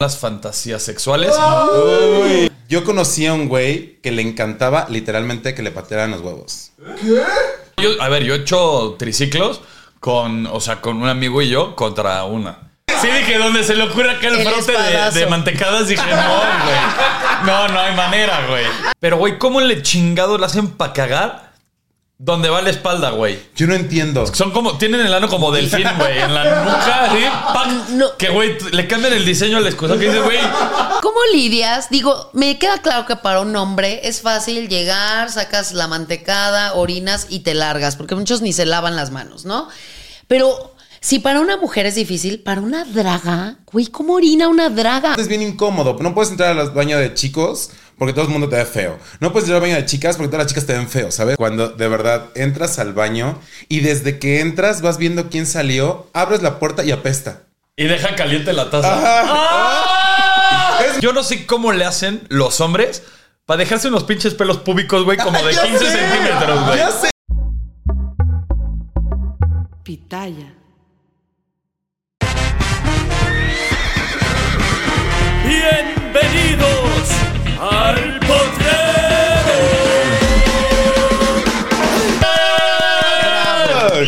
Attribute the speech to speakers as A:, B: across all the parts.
A: las fantasías sexuales.
B: Yo conocí a un güey que le encantaba literalmente que le patearan los huevos.
A: Yo- a ver, yo he hecho triciclos con, o sea, con un amigo y yo contra una. Sí, dije, donde se le ocurra que el,
C: El
A: brote de,
C: espadazo.
A: de mantecadas, dije, no, güey. No, no hay manera, güey. Pero, güey, ¿cómo le chingado le hacen para cagar donde va la espalda, güey?
B: Yo no entiendo.
A: Son como, tienen el ano como delfín, güey, en la nuca, así, ¡pac!
C: No.
A: Que, güey, t- le cambian el diseño al escudo que dice, güey,
C: ¿Cómo lidias? Digo, me queda claro que para un hombre es fácil llegar, sacas la mantecada, orinas y te largas, porque muchos ni se lavan las manos, ¿no? Pero si para una mujer es difícil, para una draga, güey, ¿cómo orina una draga?
B: Es bien incómodo. No puedes entrar al baño de chicos porque todo el mundo te ve feo. No puedes entrar al baño de chicas porque todas las chicas te ven feo, ¿sabes? Cuando de verdad entras al baño y desde que entras vas viendo quién salió, abres la puerta y apesta.
A: y deja caliente la taza.
D: ¡Ah!
A: Yo no sé cómo le hacen los hombres para dejarse unos pinches pelos públicos, güey, como de
B: Ya
A: 15
B: sé,
A: centímetros, güey.
B: ya sé.
E: Pitaya.
D: Bienvenidos al potrero.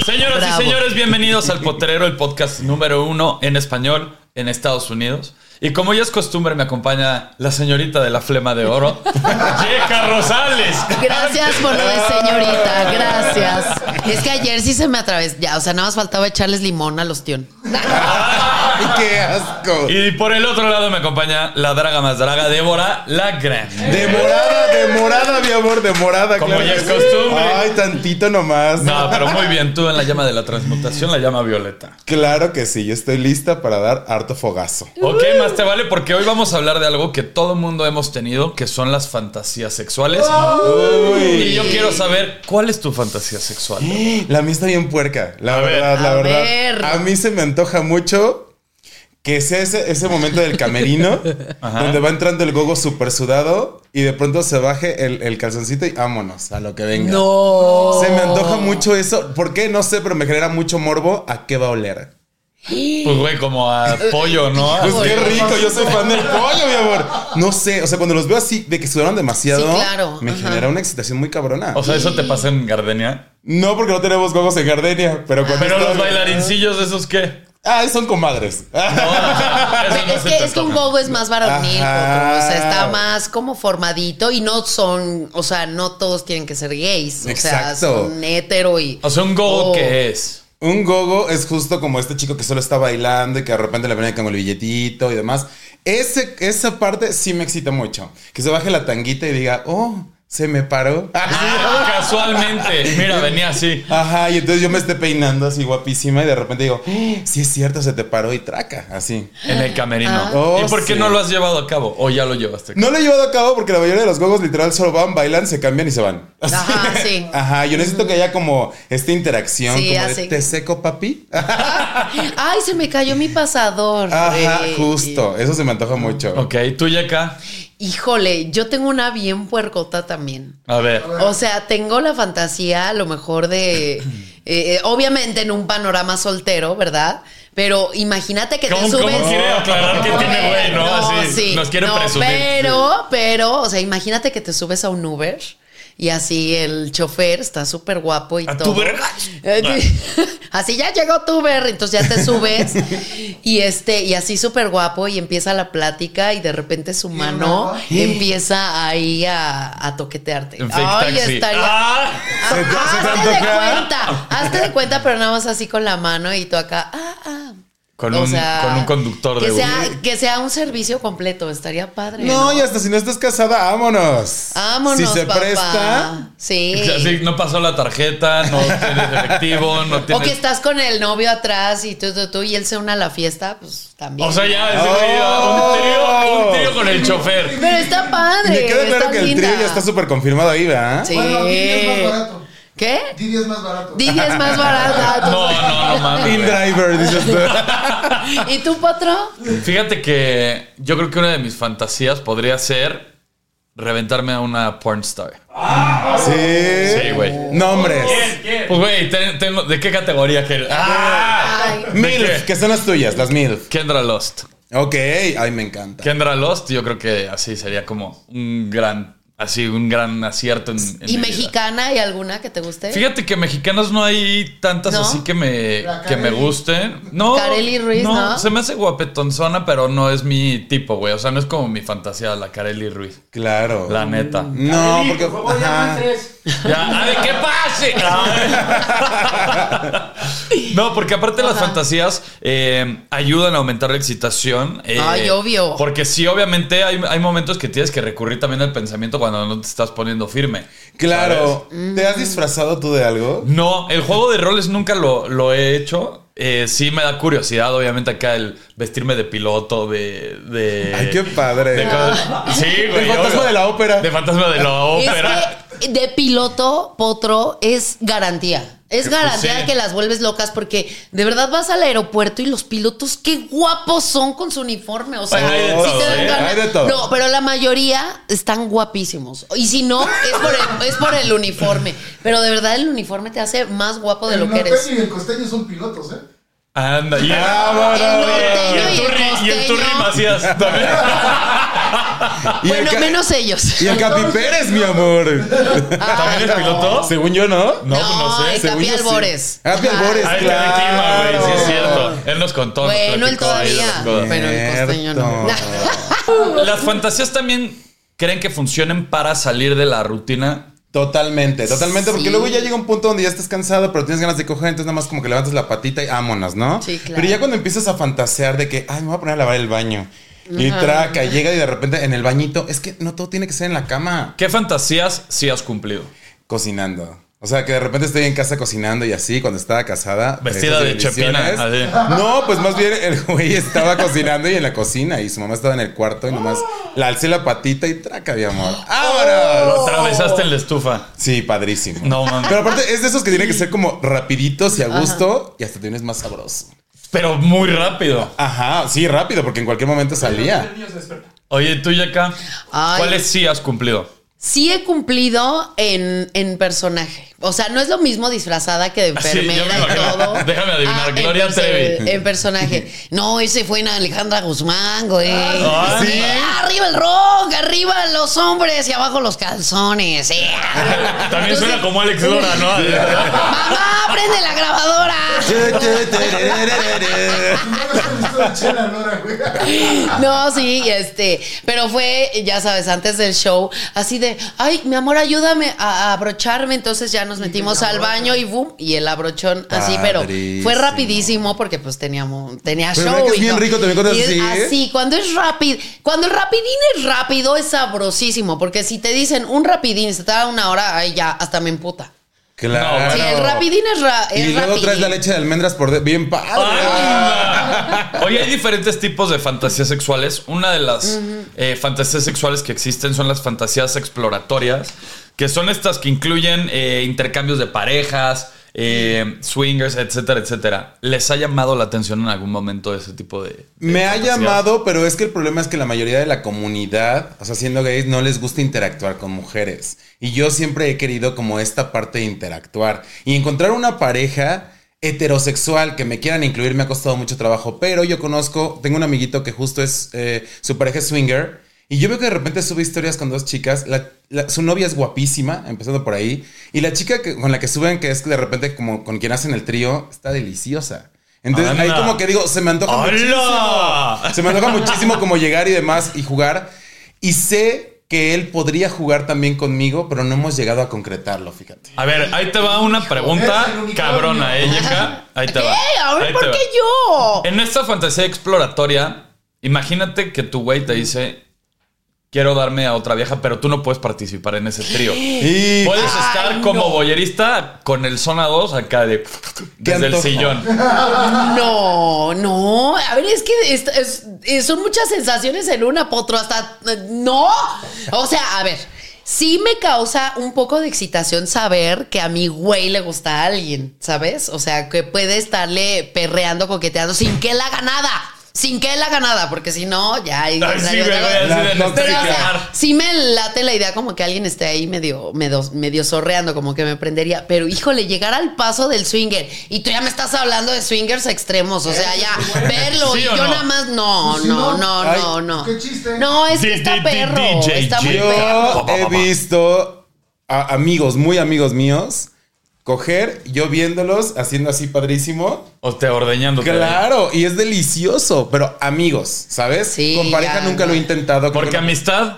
A: Señoras
C: Bravo.
A: y señores, bienvenidos al Potrero, el podcast número uno en español en Estados Unidos. Y como ya es costumbre, me acompaña la señorita de la flema de oro, Jeca Rosales.
C: Gracias por lo de señorita, gracias. Es que ayer sí se me atravesó, ya, o sea, nada más faltaba echarles limón a los tíos.
B: ¡Qué asco!
A: Y por el otro lado me acompaña la draga más draga, Débora Lagran.
B: Demorada, demorada, mi amor, demorada.
A: Como ya
B: que
A: es
B: sí.
A: costumbre.
B: Ay, tantito nomás.
A: No, pero muy bien, tú en la llama de la transmutación, la llama violeta.
B: Claro que sí, yo estoy lista para dar harto fogazo.
A: Ok, más te vale porque hoy vamos a hablar de algo que todo mundo hemos tenido, que son las fantasías sexuales. Y yo quiero saber, ¿cuál es tu fantasía sexual?
B: La mía está bien puerca, la
A: A ver.
B: verdad, la
C: A
B: verdad.
C: ver.
B: A mí se me antoja mucho que sea ese, ese momento del camerino donde va entrando el gogo súper sudado y de pronto se baje el, el calzoncito y vámonos a lo que venga.
C: No.
B: Se me antoja mucho eso. ¿Por qué? No sé, pero me genera mucho morbo a qué va a oler.
A: Pues güey, como
C: Eh,
A: a pollo, ¿no?
B: Pues
A: Así.
B: qué rico, yo soy fan del pollo, mi amor. No sé, o sea, cuando los veo así de que sudaron demasiado,
C: Sí, claro,
B: me
C: ajá.
B: genera una excitación muy cabrona.
A: O sea, eso te pasa en Gardenia.
B: no porque no tenemos gogos en Gardenia, pero cuando
A: Pero los
B: estaba-
A: bailarincillos, ¿esos qué?
B: Ah, son comadres.
A: No, o sea, eso no
C: es,
A: se
C: que,
A: te
C: es que un
A: antoja.
C: gogo es más varonil,
B: Ajá.
C: Coco, o sea, está más como formadito y no son, o sea, no todos tienen que ser gays, o sea,
B: Exacto.
C: son hetero y...
A: O sea, un gogo
C: Oh.
A: que es.
B: Un gogo es justo como este chico que solo está bailando y que de repente le viene con el billetito y demás. Ese, esa parte sí me excita mucho. Que se baje la tanguita y diga, oh, se me paró.
A: Casualmente. Mira, venía así.
B: Ajá, y entonces yo me esté peinando así guapísima y de repente digo, "Eh, sí es cierto, se te paró y traca, así.
A: En el
C: Ah.
A: camerino.
B: Oh,
A: ¿Y por qué
B: sí.
A: no lo has llevado a cabo? ¿O ya lo llevaste a cabo?
B: No lo he llevado a cabo porque la mayoría de los gogos literal solo van, bailan, se cambian y se van. Así.
C: Ajá, sí.
B: Ajá, yo necesito que haya como esta interacción,
C: Sí,
B: como de,
C: así.
B: te seco, papi.
C: Ay, se me cayó mi pasador. Eh,
B: Ajá,
C: güey.
B: justo. Eso se me antoja mucho.
A: Ok, tú ya acá.
C: Híjole, yo tengo una bien puercota también.
A: A ver.
C: O sea, tengo la fantasía a lo mejor de... eh, eh, obviamente en un panorama soltero, ¿verdad? Pero imagínate que
A: ¿Cómo,
C: te
A: cómo
C: subes...
A: quiere aclarar que tiene güey, no? Así,
C: sí,
A: nos quiere
C: no,
A: presumir.
C: Pero, pero, o sea, imagínate que te subes a un Uber y así el chofer está súper guapo y
A: ¿A tu
C: todo.
A: verga?
C: Eh, sí. Así ya llegó tu Uber, entonces ya te subes y este y así súper guapo y empieza la plática y de repente su mano empieza ahí a, a toquetearte.
A: En fake
C: Ay,
A: taxi.
C: estaría-
A: Ah,
B: Se te- se te
C: hazte de
B: antoja.
C: cuenta, hazte de cuenta, pero nada más así con la mano y tú acá. Ah, ah.
A: Con,
C: O
A: un,
C: sea,
A: con un conductor de
C: que sea,
A: Uber.
C: que sea un servicio completo, estaría padre.
B: No, y hasta si no estás casada, vámonos.
C: Vámonos,
B: Si se
C: papá.
B: presta.
C: Sí.
A: Así, no pasó la tarjeta, no tienes efectivo, no
C: O
A: tienes.
C: que estás con el novio atrás y tú, tú, tú, y él se une a la fiesta, pues también.
A: O sea, ya, ese
B: Oh.
A: güey ya, un
C: Oh.
A: trío, un trío con el chofer.
C: Pero está padre.
B: Me queda claro
C: está
B: que el
C: linda.
B: trío ya está súper confirmado ahí, ¿verdad?
C: Sí.
E: Bueno, Didi es más barato.
C: ¿Qué?
E: Didi es más barato.
C: Didi es más barata.
A: No, no, no mames.
B: In
A: güey.
B: driver, dices tú.
C: ¿Y tú, Potro?
A: Fíjate que yo creo que una de mis fantasías podría ser reventarme a una pornstar.
B: Sí.
A: Sí, güey.
B: Nombres.
A: Pues, güey, te- tengo, ¿de qué categoría? Que, ¡Ah!
C: Ay.
A: ¿De
B: MILF,
A: qué?
B: que son las tuyas, las MILF.
A: Kendra Lost.
B: Ok, ay, me encanta.
A: Kendra Lost, yo creo que así sería como un gran, así, un gran acierto en, en
C: ¿Y
A: mi vida.
C: mexicana y alguna que te guste?
A: Fíjate que mexicanas no hay tantas
C: ¿No?
A: así que me,
E: La
A: que me
E: Kareli.
A: gusten. No.
C: Kareli Ruiz, ¿no?
A: Se me hace guapetonzona, pero no es mi tipo, güey. O sea, no es como mi fantasía la Kareli Ruiz.
B: Claro.
E: Oh.
A: La neta.
B: No, porque. ajá.
A: Ya, ¡ah, de qué pase! No, porque aparte las fantasías eh, ayudan a aumentar la excitación. eh,
C: Ay, obvio.
A: Porque sí, obviamente hay, hay momentos que tienes que recurrir también al pensamiento cuando no te estás poniendo firme.
B: Claro. ¿Te has disfrazado tú de algo?
A: No, el juego de roles nunca lo, lo he hecho. Eh, sí me da curiosidad, obviamente, acá el vestirme de piloto, de... de
B: Ay, qué padre.
A: Eh, de cosas- sí, güey.
B: El fantasma
A: obvio.
B: de la ópera.
A: De fantasma de la ópera.
C: Es que de piloto, Potro, es garantía. Es
A: Pues
C: garantía
A: sí.
C: que las vuelves locas porque de verdad vas al aeropuerto y los pilotos qué guapos son con su uniforme. O sea,
A: Bueno, hay de
C: sí
A: todo,
C: te dan
A: ¿eh?
C: ganas.
B: Hay de todo.
C: No, pero la mayoría están guapísimos. Y si no, es por el, es por el uniforme. Pero de verdad el uniforme te hace más guapo de
E: El
C: lo que
E: norteño
C: eres.
E: y el costeño son pilotos, ¿eh?
A: Anda, y
C: El norteño
A: Y el
C: y el
A: turri, y el turri
C: costeño.
A: Macías también.
B: Y el
C: Bueno,
B: ca-
C: menos ellos. Ah,
B: Y el Capi Pérez, mi amor.
A: ¿También es piloto?
B: Según yo, ¿no?
A: No, pues no sé.
C: el
B: según
C: Capi
B: yo sí.
C: Albores.
B: Capi
C: Ajá.
B: Albores,
A: Ahí está el clima,
B: claro.
A: güey. Sí, es cierto. Él nos contó. nos
C: Bueno, él
A: platicó ahí de las
C: todavía.
A: cosas.
C: Pero el costeño no.
A: Las fantasías también creen que funcionen para salir de la rutina.
B: Totalmente, totalmente, porque
C: Sí.
B: luego ya llega un punto donde ya estás cansado, pero tienes ganas de coger, entonces nada más como que levantas la patita y vámonos, ¿no?
C: Sí, claro.
B: Pero ya cuando empiezas a fantasear de que, ay, me voy a poner a lavar el baño. Y traca, llega y de repente en el bañito, es que no todo tiene que ser en la cama,
A: ¿Qué fantasías sí has cumplido?
B: cocinando. O sea, que de repente estoy en casa cocinando y así, cuando estaba casada.
A: Vestida
B: esas
A: de chepina.
B: bendiciones.
A: así.
B: No, pues más bien el güey estaba cocinando y en la cocina y su mamá estaba en el cuarto y nomás la alcé la patita y traca, mi amor. ¡Vámonos!
A: Lo atravesaste en la estufa.
B: Sí, padrísimo.
A: No, mames.
B: Pero aparte es de esos que tiene que ser como rapiditos y a gusto y hasta te vienes más sabroso.
A: Pero muy rápido.
B: Ajá, sí, rápido, porque en cualquier momento salía.
A: Oye, tú y acá,
C: Ay.
A: ¿cuáles sí has cumplido?
C: Sí he cumplido en, en personaje. O sea, no es lo mismo disfrazada que de
A: Ah, sí, ya me
C: enfermera y
A: imagino.
C: todo. Ah,
A: Déjame adivinar,
C: en
A: Gloria
C: perso-
A: Trevi.
C: En personaje. No, ese fue en Alejandra Guzmán, güey.
A: Ah,
C: Sí,
A: ¿sí?
C: Arriba el rock, arriba los hombres y abajo los calzones. sí.
A: También suena como Alex Lora, ¿no?
C: Mamá, prende la grabadora.
E: No es el visto de Chela Lora, güey.
C: No, sí, este, pero fue, ya sabes, antes del show, así de, ay, mi amor, ayúdame a, a abrocharme. Entonces ya nos metimos al baño y boom, y el abrochón así, pero fue
B: Padrísimo.
C: rapidísimo porque pues teníamos, tenía
B: Pero
C: show.
B: ¿verdad que es
C: y
B: bien
C: todo.
B: rico también cuando
C: Y
B: es así, eh?
C: así, cuando es rápido, cuando el rapidín es rápido, es sabrosísimo, porque si te dicen un rapidín, se te da una hora, ay, ya, hasta me emputa.
B: Claro.
C: Sí, el rapidín es, ra- es
B: Y luego traes
C: rapidín.
B: la leche de almendras por de- bien padre.
A: Oye, hay diferentes tipos de fantasías sexuales. Una de las eh, fantasías sexuales que existen son las fantasías exploratorias, que son estas que incluyen eh, intercambios de parejas, eh, swingers, etcétera, etcétera. ¿Les ha llamado la atención en algún momento ese tipo de... de
B: Me ha
A: fantasías?
B: llamado, pero es que el problema es que la mayoría de la comunidad, o sea, siendo gays, no les gusta interactuar con mujeres. Y yo siempre he querido como esta parte de interactuar. Y encontrar una pareja heterosexual que me quieran incluir me ha costado mucho trabajo. Pero yo conozco, tengo un amiguito que justo es, eh, su pareja es swinger. Y yo veo que de repente sube historias con dos chicas. La- la- su novia es guapísima, empezando por ahí. Y la chica que- con la que suben, que es de repente como con quien hacen el trío, está deliciosa. Entonces ahí
A: Anda.
B: como que digo, se me antoja
A: ¡Hala!
B: muchísimo. Se me antoja muchísimo como llegar y demás y jugar. Y sé que él podría jugar también conmigo, pero no hemos llegado a concretarlo, fíjate.
A: A ver, ahí te va una pregunta
E: es el unicornio.
A: cabrona, ¿eh, Yeka? Ahí te
C: ¿Qué?
A: va.
C: ¡Eh! A ver,
A: Ahí te
C: ¿por
A: va.
C: qué yo?
A: En esta fantasía exploratoria, imagínate que tu güey te dice, quiero darme a otra vieja, pero tú no puedes participar en ese trío.
B: Y
A: Puedes estar como boyerista con el zona 2 acá de, desde el
B: antojo.
A: sillón.
C: No, no. A ver, es que es- es- es- son muchas sensaciones en una, potro. Hasta. ¡No! O sea, a ver. Sí me causa un poco de excitación saber que a mi güey le gusta a alguien, ¿sabes? O sea, que puede estarle perreando, coqueteando sin que él haga nada. Sin que él haga nada, porque si no, ya. ahí-
A: Ay, sí,
C: ya-
A: me voy
C: ya-
A: así de
B: No,
A: no
B: pero,
C: pero, o sea,
A: claro.
C: sí me late la idea como que alguien esté ahí medio, medio, medio zorreando, como que me prendería. Pero, híjole, llegar al paso del swinger. Y tú ya me estás hablando de swingers extremos. O sea, ya verlo.
A: ¿Sí
C: y
A: o
C: yo
A: no?
C: nada más, no,
E: Pues si
C: no,
E: Eh, no,
C: no,
B: ay,
C: no, no.
E: qué chiste.
C: No, es
A: Di-
C: que está
A: di- di-
C: perro.
A: DJ,
C: Está muy
A: yo-
C: perro.
B: yo he visto a amigos, muy amigos míos, coger, yo viéndolos, haciendo así padrísimo.
A: O te ordeñando.
B: Claro, y es delicioso, pero amigos, ¿sabes?
C: Sí,
B: Con pareja
C: ya,
B: nunca lo he
C: no.
B: intentado.
A: Porque
B: Con-
A: amistad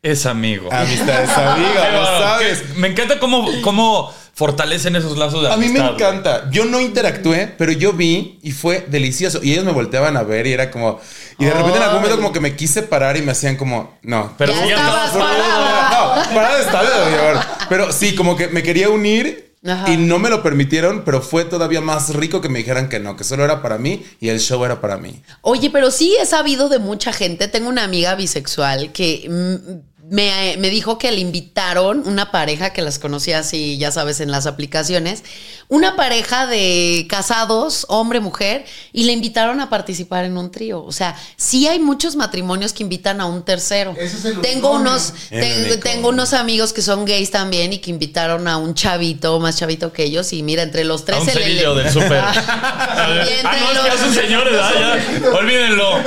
A: es amigo.
B: Amistad es
A: Qué
B: amiga, lo
A: bárbaro,
B: sabes.
A: qué- Me encanta cómo, cómo fortalecen esos lazos de
B: A mí me
A: amistad. güey.
B: encanta. Yo no interactué, pero yo vi y fue delicioso. Y ellos me volteaban a ver y era como. Y de repente en algún momento como que me quise parar y me hacían como. No.
A: Pero
C: Ya
A: si ya
C: estabas
A: estabas-
C: parada.
B: No, parada estaba, mi amor. Pero sí, como que me quería unir
C: Ajá.
B: y no me lo permitieron, pero fue todavía más rico que me dijeran que no, que solo era para mí y el show era para mí.
C: Oye, pero sí he sabido de mucha gente. Tengo una amiga bisexual que mm, me, me dijo que le invitaron una pareja que las conocía así, ya sabes, en las aplicaciones. Una pareja de casados, hombre, mujer, y le invitaron a participar en un trío. O sea, sí hay muchos matrimonios que invitan a un tercero.
E: Ese es el
C: tengo
E: unicornio.
C: unos,
B: El
C: tengo-
B: unicornio.
C: tengo unos amigos que son gays también y que invitaron a un chavito, más chavito que ellos, y mira, entre los tres
A: A un
C: se le-
A: cerillo del súper.
C: Bien,
A: ah, no, es
C: Taylor.
A: que ya son señores, ¿ah? Ya. Olvídenlo.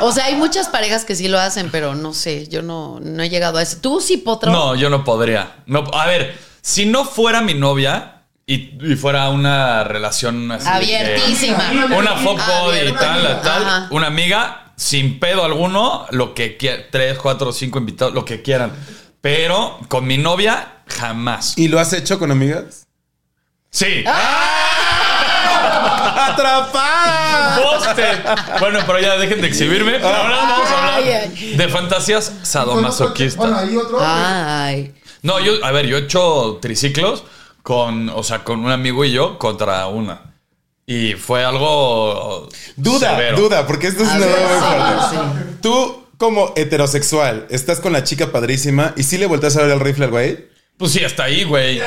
C: O sea, hay muchas parejas que sí lo hacen, pero no sé, yo no, no he llegado a eso. ¿Tú sí, Potro?
A: No, yo no podría. No, a ver, si no fuera mi novia y, y fuera una relación así. de-
C: Abiertísima.
A: Una fuckboy y
C: Abierta.
A: tal, la tal.
C: Ajá.
A: Una amiga, sin pedo alguno, lo que quieran. Tres, cuatro, cinco invitados, lo que quieran. Pero con mi novia, jamás.
B: ¿Y lo has hecho con amigas?
A: Sí.
C: ¡Ah!
B: ¡Atrapada!
A: ¡Poste! Bueno, pero ya dejen de exhibirme. Ahora vamos a
C: Ay,
A: hablar
C: ay.
A: de fantasías
E: Bueno,
A: sadomasoquistas.
E: ahí otro.
C: Ah. Ay.
A: No, yo, a ver, yo he hecho triciclos con, o sea, con un amigo y yo contra una. Y fue algo.
B: Duda,
A: severo.
B: duda, porque esto es
C: A
B: una
C: ver,
B: duda muy fuerte.
C: sí, sí.
B: Tú, como heterosexual, estás con la chica padrísima y si le volteas a ver el rifle al güey.
A: Pues sí, hasta ahí, güey.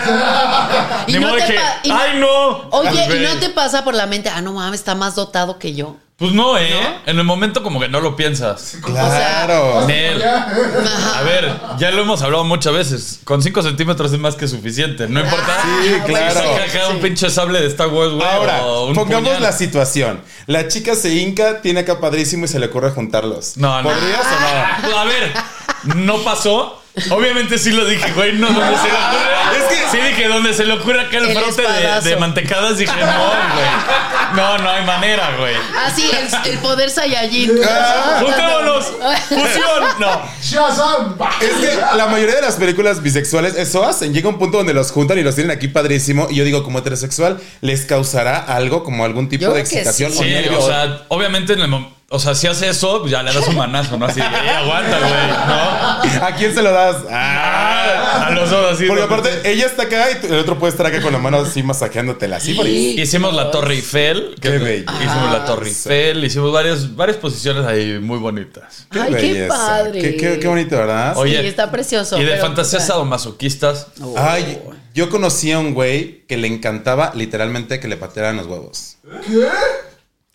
C: Y
A: Ni
C: no
A: modo
C: te
A: que,
C: pa- y no-
A: ¡Ay, no! Pues,
C: Oye, ¿y
A: Güey.
C: no te pasa por la mente, ah, no mames, está más dotado que yo?
A: Pues no, ¿eh? En el momento, como que no lo piensas.
B: Claro.
A: Nel. A ver, ya lo hemos hablado muchas veces. Con 5 centímetros es más que suficiente. No importa.
B: Ah, Sí, claro.
A: Saca acá un pinche sable de Star Wars, güey.
B: Ahora,
A: o un
B: pongamos
A: puñal.
B: la situación. La chica se hinca, tiene acá padrísimo y se le ocurre juntarlos.
A: No, Ah. no.
B: ¿Podrías o no?
A: A ver, no pasó. Obviamente sí lo dije, güey, no, donde se le ocurre.
B: Es que-
A: sí dije, donde se le ocurre acá el,
C: El
A: frote de,
C: espadazo.
A: de mantecadas, dije, no, güey. No, no hay manera, güey.
C: Ah, sí, el, el poder Saiyajin.
B: Ah.
A: ¡Juntémonos! ¡Fusión! No.
E: Shazam.
B: Es que la mayoría de las películas bisexuales eso hacen. Llega un punto donde los juntan y los tienen aquí padrísimo. Y yo digo, como heterosexual, ¿les causará algo como algún tipo
C: Yo
B: de
C: creo que
B: excitación?
C: sí.
B: o
A: Sí,
B: nervio?
A: o sea, obviamente en el mom- O sea, si hace eso, pues ya le das un manazo, ¿no? Así, "Eh, aguanta, güey, ¿no?
B: ¿A quién se lo das?
A: Ah, a los dos así.
B: Porque
A: ¿no?
B: aparte, ella está acá y tú- el otro puede estar acá con la mano así masajeándotela. Así por ahí.
A: Hicimos la Torre Eiffel. que-
B: Qué bello.
A: Hicimos la Torre Eiffel. Hicimos varias, varias posiciones ahí muy bonitas.
C: Ay, qué padre.
B: Qué, qué- qué bonito, ¿verdad?
C: Sí,
A: Oye,
C: está precioso.
A: Y de
C: pero-
A: fantasías sadomasoquistas.
B: Ay, yo conocí a un güey que le encantaba literalmente que le patearan los huevos. ¿Qué?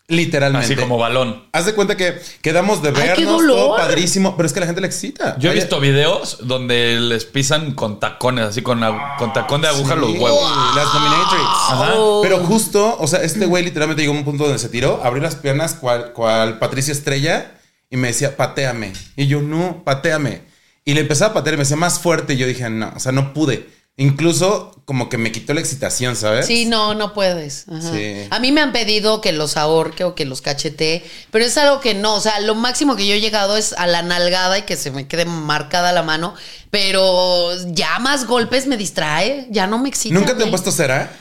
B: Literalmente.
A: Así como balón.
B: Haz de cuenta que quedamos de
C: qué
B: vernos,
C: dolor.
B: todo padrísimo, pero es que a la gente le excita.
A: Yo he
B: Oye,
A: visto videos donde les pisan con tacones, así con, agu- con tacón de aguja
B: sí,
A: los huevos.
B: Las dominatrix.
A: Ajá.
B: Pero justo, o sea, este güey literalmente llegó a un punto donde se tiró, abrió las piernas cual, cual Patricia Estrella y me decía, pateame. Y yo, no, pateame. Y le empezaba a patear y me decía más fuerte y yo dije, no, o sea, no pude. Incluso como que me quitó la excitación, ¿sabes?
C: Sí, no, no puedes. Ajá.
B: Sí.
C: A mí me han pedido que los ahorque o que los cachete, pero es algo que no, o sea, lo máximo que yo he llegado es a la nalgada y que se me quede marcada la mano, pero ya más golpes me distrae, ya no me excita.
B: ¿Nunca te
C: güey.
B: han puesto cera?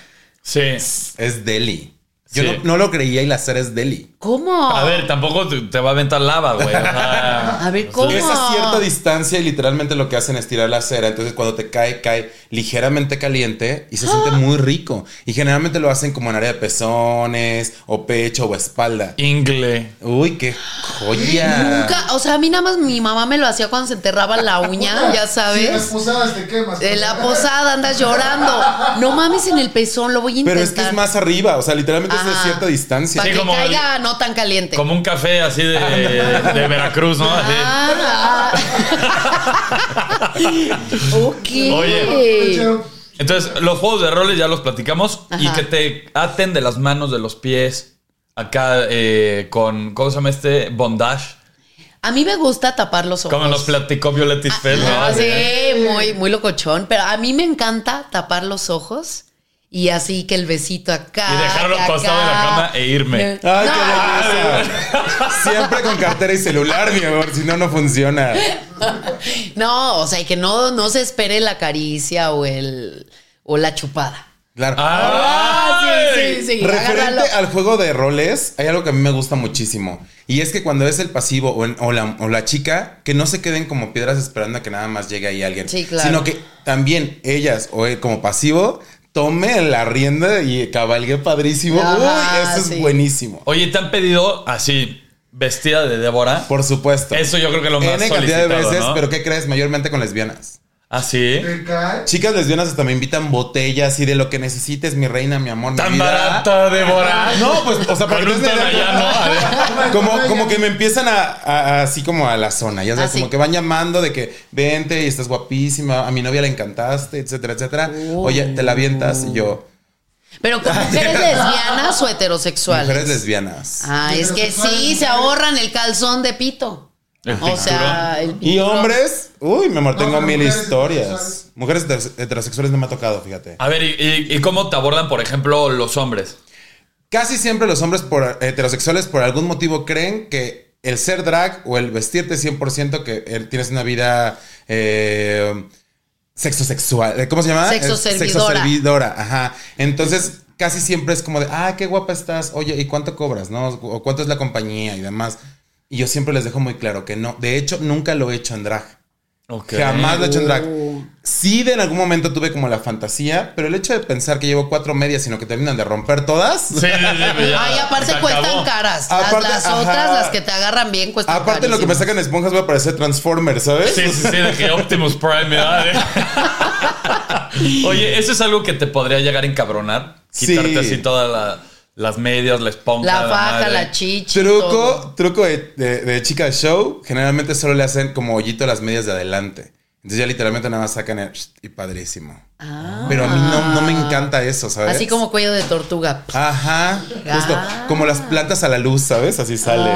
A: Sí.
B: Es deli. Yo
A: Sí.
B: no, no lo creía y la cera es deli.
C: ¿Cómo?
A: A ver, tampoco te, te va a aventar lava, güey. o sea,
C: A ver, ¿cómo?
B: Es a cierta distancia y literalmente lo que hacen es tirar la cera. Entonces cuando te cae, cae ligeramente caliente y se
C: ¡Ah!
B: siente muy rico. Y generalmente lo hacen como en área de pezones o pecho o espalda.
A: Ingle.
B: Uy, qué joya.
C: Nunca, o sea, a mí nada más mi mamá me lo hacía cuando se enterraba la uña, ya
E: Si las
C: sabes.
E: posadas te quemas.
C: De la posada andas llorando. No mames en el pezón, lo voy a intentar.
B: Pero es que es más arriba, o sea, literalmente es
C: Ajá.
B: de cierta distancia.
C: Para
A: Sí,
C: que
A: como-
C: caiga no tan caliente.
A: Como un café así de, de Veracruz, ¿no? Así.
C: Ah, ah. ok.
A: Oye. Entonces, los juegos de roles ya los platicamos y
C: Ajá.
A: que te aten de las manos, de los pies. Acá eh, con, ¿cómo se llama este? Bondage.
C: A mí me gusta tapar los ojos.
A: Como nos platicó Violet Isfel, ¿no?
C: Ah,
A: Así,
C: sí,
A: ¿eh?
C: muy, muy locochón. Pero a mí me encanta tapar los ojos y así que el besito acá.
A: Y dejarlo
C: que acá.
A: acostado en la cama e irme.
C: Eh,
B: Ay,
C: no,
B: qué belleza. Siempre con cartera y celular, mi amor, si no, no funciona.
C: No, o sea, y que no, no se espere la caricia o el o la chupada.
B: Claro.
C: Ah,
A: ¡Ay!
C: sí, sí, sí.
B: Referente
C: agárralo.
B: al juego de roles, hay algo que a mí me gusta muchísimo. Y es que cuando es el pasivo o, en- o la, o la chica, que no se queden como piedras esperando a que nada más llegue ahí alguien.
C: Sí, claro.
B: Sino que también ellas o él como pasivo tome la rienda y cabalgue padrísimo. Uy,
C: Ajá,
B: eso
C: sí.
B: es buenísimo.
A: Oye, te han pedido así, vestida de Débora.
B: Por supuesto.
A: Eso yo creo que es lo más
B: N cantidad de
A: solicitado,
B: veces,
A: ¿no? ¿Ah,
B: pero ¿qué crees? Mayormente con lesbianas.
A: Así.
E: Te cae.
B: Chicas lesbianas hasta me invitan botellas y de lo que necesites, mi reina, mi amor, mi
A: Tan
B: vida.
A: barata, Débora.
B: No, pues, o sea, para
A: Con
B: que te
A: un
B: des una idea.
A: tonallano, a ver.
B: Como, como que me empiezan a, a- a- así como a la zona, ya sabes,
C: Ah, sí.
B: como que van llamando de que vente y estás guapísima, a mi novia le encantaste, etcétera, etcétera. Oye, te la avientas y yo,
C: Pero con mujeres lesbianas o heterosexuales.
B: mujeres lesbianas.
C: Ah, es que sí, se ahorran el calzón de pito.
A: El
C: O sea, el
B: Y
C: pinturón.
B: hombres, uy, mi amor,
E: No,
B: tengo
E: pero
B: mil
E: mujeres
B: historias.
E: heterosexuales.
B: Mujeres heterose- heterosexuales no me ha tocado, fíjate.
A: A ver, ¿y, y- y cómo te abordan, por ejemplo, los hombres?
B: Casi siempre los hombres por, eh, heterosexuales por algún motivo creen que el ser drag o el vestirte 100% que eh, tienes una vida eh, sexo sexual. eh, ¿Cómo se llama?
C: Sexo
B: Eh,
C: servidora.
B: servidora, ajá. Entonces casi siempre es como de, ah, qué guapa estás. Oye, ¿y cuánto cobras? ¿No? O cuánto es la compañía y demás. Y yo siempre les dejo muy claro que no. De hecho, nunca lo he hecho en drag.
A: Ok.
B: Jamás lo he hecho en drag. Sí, de en algún momento tuve como la fantasía, pero el hecho de pensar que llevo cuatro medias, sino que terminan de romper todas.
A: Sí, sí, sí, pues ya,
C: Ay, aparte
A: se
C: cuestan
A: acabó.
C: caras. Las-
B: Aparte,
C: las
B: ajá.
C: otras, las que te agarran bien, cuestan
B: Aparte, lo que me
C: carísimas.
B: sacan esponjas va a parecer Transformer, ¿sabes?
A: Sí, sí, sí, de que Optimus Prime, ¿verdad? Oye, ¿eso es algo que te podría llegar a encabronar? Quitarte
B: Sí.
A: así todas la- las medias, la esponja.
C: La faja,
A: madre.
C: la chicha. todo.
B: Truco, truco de, de- de chica de show, generalmente solo le hacen como hoyito a las medias de adelante. Entonces ya literalmente nada más sacan el y padrísimo. Pero a mí no, no me encanta eso, ¿sabes?
C: Ah. Así como cuello de tortuga.
B: Ajá, justo.
C: Ah.
B: Como las plantas a la luz, ¿sabes? Así sale.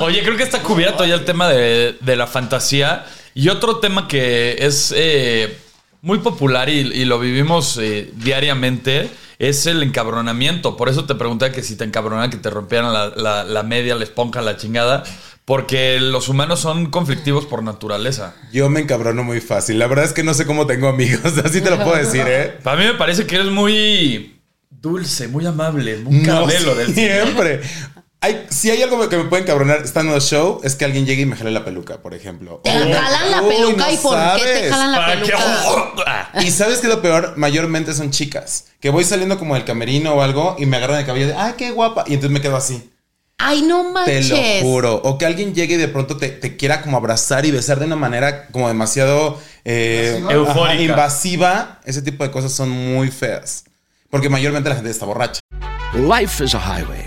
A: Oye, creo que está cubierto ya el tema de, de la fantasía. Y otro tema que es eh, muy popular y, y lo vivimos eh, diariamente es el encabronamiento. Por eso te pregunté que si te encabronaban, que te rompieran la, la- la media, la esponja, la chingada. Porque los humanos son conflictivos por naturaleza.
B: Yo me encabrono muy fácil. La verdad es que no sé cómo tengo amigos. Así te lo puedo decir, ¿eh?
A: Para mí me parece que eres muy dulce, muy amable, muy
B: No,
A: caramelo del
B: siempre. Hay- si hay algo que me puede encabronar estando en el show, es que alguien llegue y me jale la peluca, por ejemplo.
C: Te
B: Uy,
C: jalan la
B: uy,
C: peluca
B: no
C: y por qué te
B: sabes.
C: jalan la
A: ¿Para qué?
C: peluca.
A: Ah.
B: Y sabes que lo peor, mayormente son chicas, que voy saliendo como del camerino o algo y me agarran el cabello de, ay, qué guapa. Y entonces me quedo así.
C: Ay, no
B: Te
C: manches.
B: lo juro. O que alguien llegue y de pronto te, te quiera como abrazar y besar de una manera como demasiado eh,
E: Invasiva.
A: Eufórica.
B: invasiva. Ese tipo de cosas son muy feas. Porque mayormente la gente está borracha.
F: Life is a highway,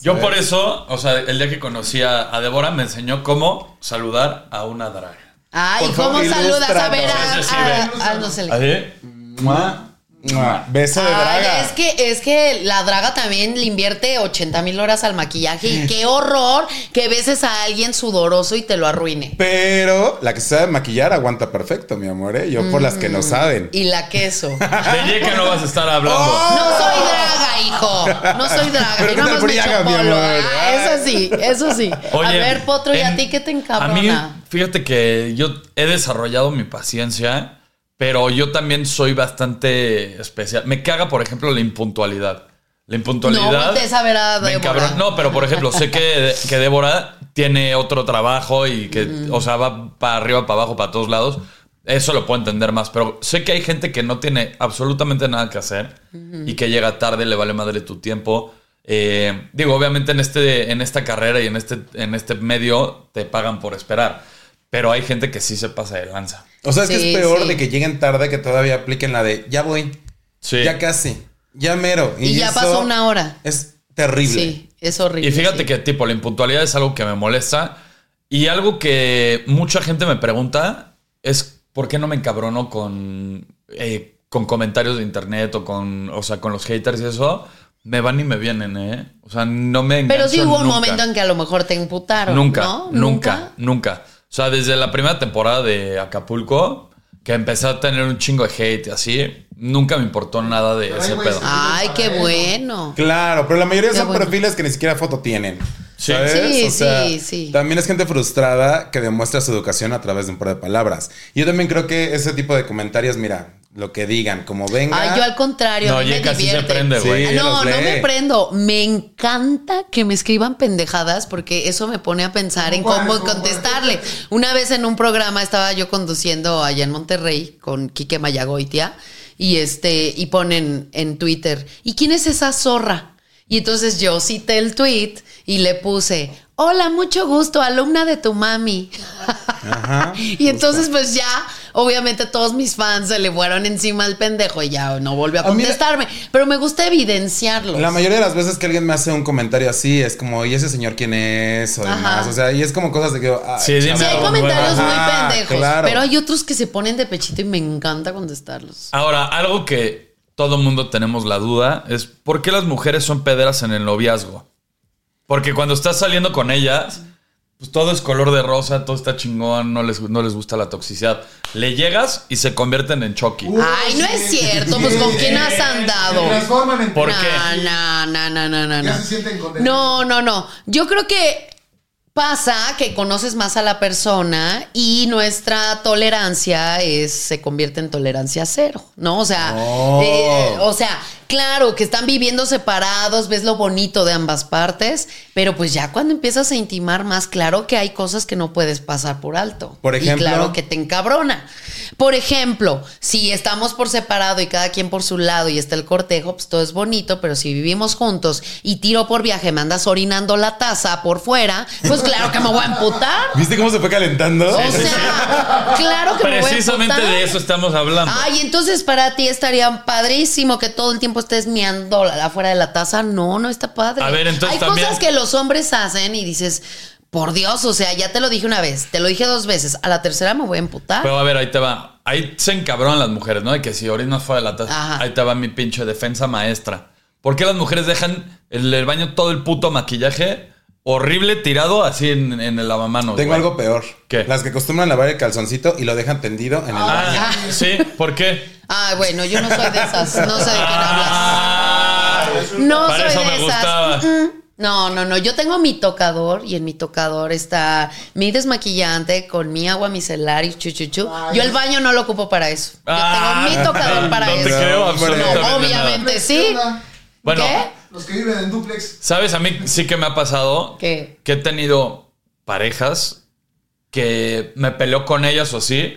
A: Yo por eso, o sea, el día que conocí a, a Débora me enseñó cómo saludar a una draga.
C: Ay,
B: Por
C: ¿cómo
B: favor,
C: saludas? A ver, a,
A: ilústranos.
C: a, a- a- no se le-
B: Mua, mua. Beso de
C: Ay,
B: draga.
C: es que, es que la draga también le invierte 80 mil horas al maquillaje. Y qué horror que beses a alguien sudoroso y te lo arruine.
B: Pero la que sabe maquillar aguanta perfecto, mi amor. ¿eh? Yo por las que
C: Mm.
B: no saben.
C: Y la queso.
A: De que no vas a estar hablando.
C: No soy draga, hijo. No soy draga.
B: Pero
C: yo
B: ¿qué tal
C: nada más me echo
B: briaga, mi
C: polo.
B: amor?
C: Ah, eso sí, eso sí. a
A: Oye,
C: ver, Potro, ¿y
A: en-
C: a ti qué te encabrona?
A: A mí, fíjate que yo he desarrollado mi paciencia, pero yo también soy bastante especial. Me caga, por ejemplo, la impuntualidad. La
C: No
A: impuntualidad.
C: voltees a ver a
A: me
C: Débora.
A: encabrona. No, pero por ejemplo, sé que, que Débora tiene otro trabajo y que, o sea, va para arriba, para abajo, para todos lados. Eso lo puedo entender más, pero sé que hay gente que no tiene absolutamente nada que hacer y que llega tarde, le vale madre tu tiempo. Eh, digo, obviamente en, este, en esta carrera y en este, en este medio te pagan por esperar, pero hay gente que sí se pasa de lanza.
B: O sea, es que
C: Sí,
B: es peor
C: sí.
B: de que lleguen tarde que todavía apliquen la de ya voy,
A: Sí.
B: ya casi, ya mero.
C: Y ya
B: eso
C: pasó una hora.
B: Es terrible.
C: Sí, es horrible.
A: Y fíjate
C: sí.
A: que, tipo, la impuntualidad es algo que me molesta. Y algo que mucha gente me pregunta es por qué no me encabrono con, eh, con comentarios de internet o con, o sea, con los haters y eso. Me van y me vienen, ¿eh? O sea, no me
C: Pero sí
A: engancho
C: hubo un
A: nunca.
C: momento en que a lo mejor te imputaron.
A: Nunca,
C: ¿no?
A: nunca, nunca. O sea, desde la primera temporada de Acapulco, que empecé a tener un chingo de hate y así, nunca me importó nada de ese
E: güey,
A: pedo.
E: sí.
C: Ay, qué bueno.
B: Claro, pero la mayoría
C: Qué
B: son
C: bueno.
B: perfiles que ni siquiera foto tienen.
A: Sí.
B: ¿sabes?
C: Sí,
B: O sea,
C: sí, sí.
B: También es gente frustrada que demuestra su educación a través de un par de palabras. Yo también creo que ese tipo de comentarios, mira, lo que digan, como venga.
C: Ay, yo al contrario.
A: No,
C: a mí me
A: Yeka sí se
C: divierte. Ah,
A: prende,
B: güey. Sí,
C: no,
B: los
C: no
B: lee.
C: me prendo. Me encanta que me escriban pendejadas porque eso me pone a pensar en
E: ¿Cómo
C: cómo
E: cuál? ¿Cómo
C: contestarle. Una vez en un programa estaba yo conduciendo allá en Monterrey con Quique Mayagoitia y este y ponen en Twitter, ¿y quién es esa zorra? Y entonces yo cité el tweet y le puse, "Hola, mucho gusto, alumna de tu mami."
B: Ajá.
C: Y entonces, pues ya, obviamente todos mis fans se le fueron encima al pendejo y ya no volvió a
B: Ah, mira.
C: contestarme. pero me gusta evidenciarlo.
B: La mayoría de las veces que alguien me hace un comentario así es como, ¿y ese señor quién es? O
C: Ajá.
B: demás. O sea, y es como cosas de que. ay,
A: Sí, dime
C: Sí, hay
A: algo
C: comentarios
A: nuevo.
B: Ajá,
C: muy pendejos,
B: Ah, claro.
C: pero hay otros que se ponen de pechito y me encanta contestarlos.
A: Ahora, algo que todo mundo tenemos la duda es por qué las mujeres son pederas en el noviazgo. Porque cuando estás saliendo con ellas, pues todo es color de rosa, todo está chingón, no les, no les gusta la toxicidad. Le llegas y se convierten en Chucky.
E: Uh,
C: Ay, no es cierto, pues, ¿con quién has andado?
E: Se transforman en
A: ¿Por
C: no,
A: qué?
C: No, no, no, no, no,
E: Ya
C: no.
E: se sienten condenados.
C: No, no, no. Yo creo que pasa que conoces más a la persona y nuestra tolerancia es, se convierte en tolerancia cero, ¿no? O sea,
B: No.
C: eh, o sea, claro que están viviendo separados, ves lo bonito de ambas partes, pero pues ya cuando empiezas a intimar más, claro que hay cosas que no puedes pasar por alto.
B: Por
C: Y
B: ejemplo.
C: claro que te encabrona. Por ejemplo, si estamos por separado y cada quien por su lado y está el cortejo, pues todo es bonito, pero si vivimos juntos y tiro por viaje, me andas orinando la taza por fuera, pues claro que me voy a emputar.
B: ¿Viste cómo se fue calentando?
C: O sea, claro que me voy a
A: Precisamente
C: emputar.
A: de eso estamos hablando.
C: Ay, entonces para ti estaría padrísimo que todo el tiempo estés miando la- afuera de la taza. No, no está padre.
A: A ver, entonces
C: Hay
A: también-
C: cosas que los hombres hacen y dices, por Dios, o sea, ya te lo dije una vez, te lo dije dos veces, a la tercera me voy a emputar.
A: Pero a ver, ahí te va. Ahí se encabronan las mujeres, ¿no? De que si orinas fuera de la taza,
C: Ajá.
A: ahí te va mi pinche defensa maestra. ¿Por qué las mujeres dejan el, el baño todo el puto maquillaje horrible tirado así en, en el lavamanos?
B: Tengo
A: güey?
B: algo peor.
A: ¿Qué?
B: Las que acostumbran lavar el calzoncito y lo dejan tendido en el baño.
A: Ah, sí, ¿por qué?
C: Ay, bueno, yo no soy de esas, no sé de quién hablas.
A: Ah,
C: No
A: para
C: soy
A: eso
C: de
A: me
C: esas.
A: gustaba.
C: Mm-mm. No, no, no. Yo tengo mi tocador y en mi tocador está mi desmaquillante con mi agua micelar y chuchuchu.
E: Ay.
C: Yo el baño no lo ocupo para eso. Yo
A: Ah,
C: tengo mi tocador para
A: no te
C: eso.
A: creo
B: No,
A: absolutamente.
B: hombre.
A: nada.
C: Obviamente sí.
A: Bueno,
C: ¿Qué?
E: Los que viven en duplex.
A: ¿sabes? A mí sí que me ha pasado
C: ¿Qué?
A: que he tenido parejas que me peleó con ellas o así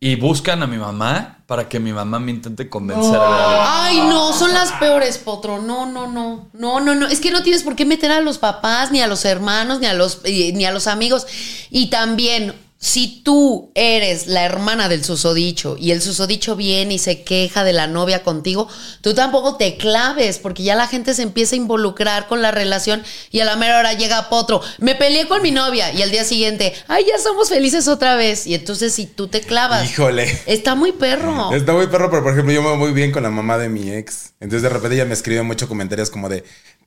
A: y buscan a mi mamá para que mi mamá me intente convencer de algo.
C: Ay, no, son las peores, Potro. No, no, no. No, no, no. Es que no tienes por qué meter a los papás, ni a los hermanos, ni a los, eh, ni a los amigos. Y también, si tú eres la hermana del susodicho y el susodicho viene y se queja de la novia contigo, tú tampoco te claves, porque ya la gente se empieza a involucrar con la relación y a la mera hora llega Potro. Me peleé con mi novia y al día siguiente, ay, ya somos felices otra vez. Y entonces, si tú te clavas.
B: Híjole.
C: Está muy perro.
A: ¿eh?
B: Está muy perro, pero por ejemplo, yo me voy muy bien con la mamá de mi ex. Entonces de repente ella me escribe muchos comentarios como de,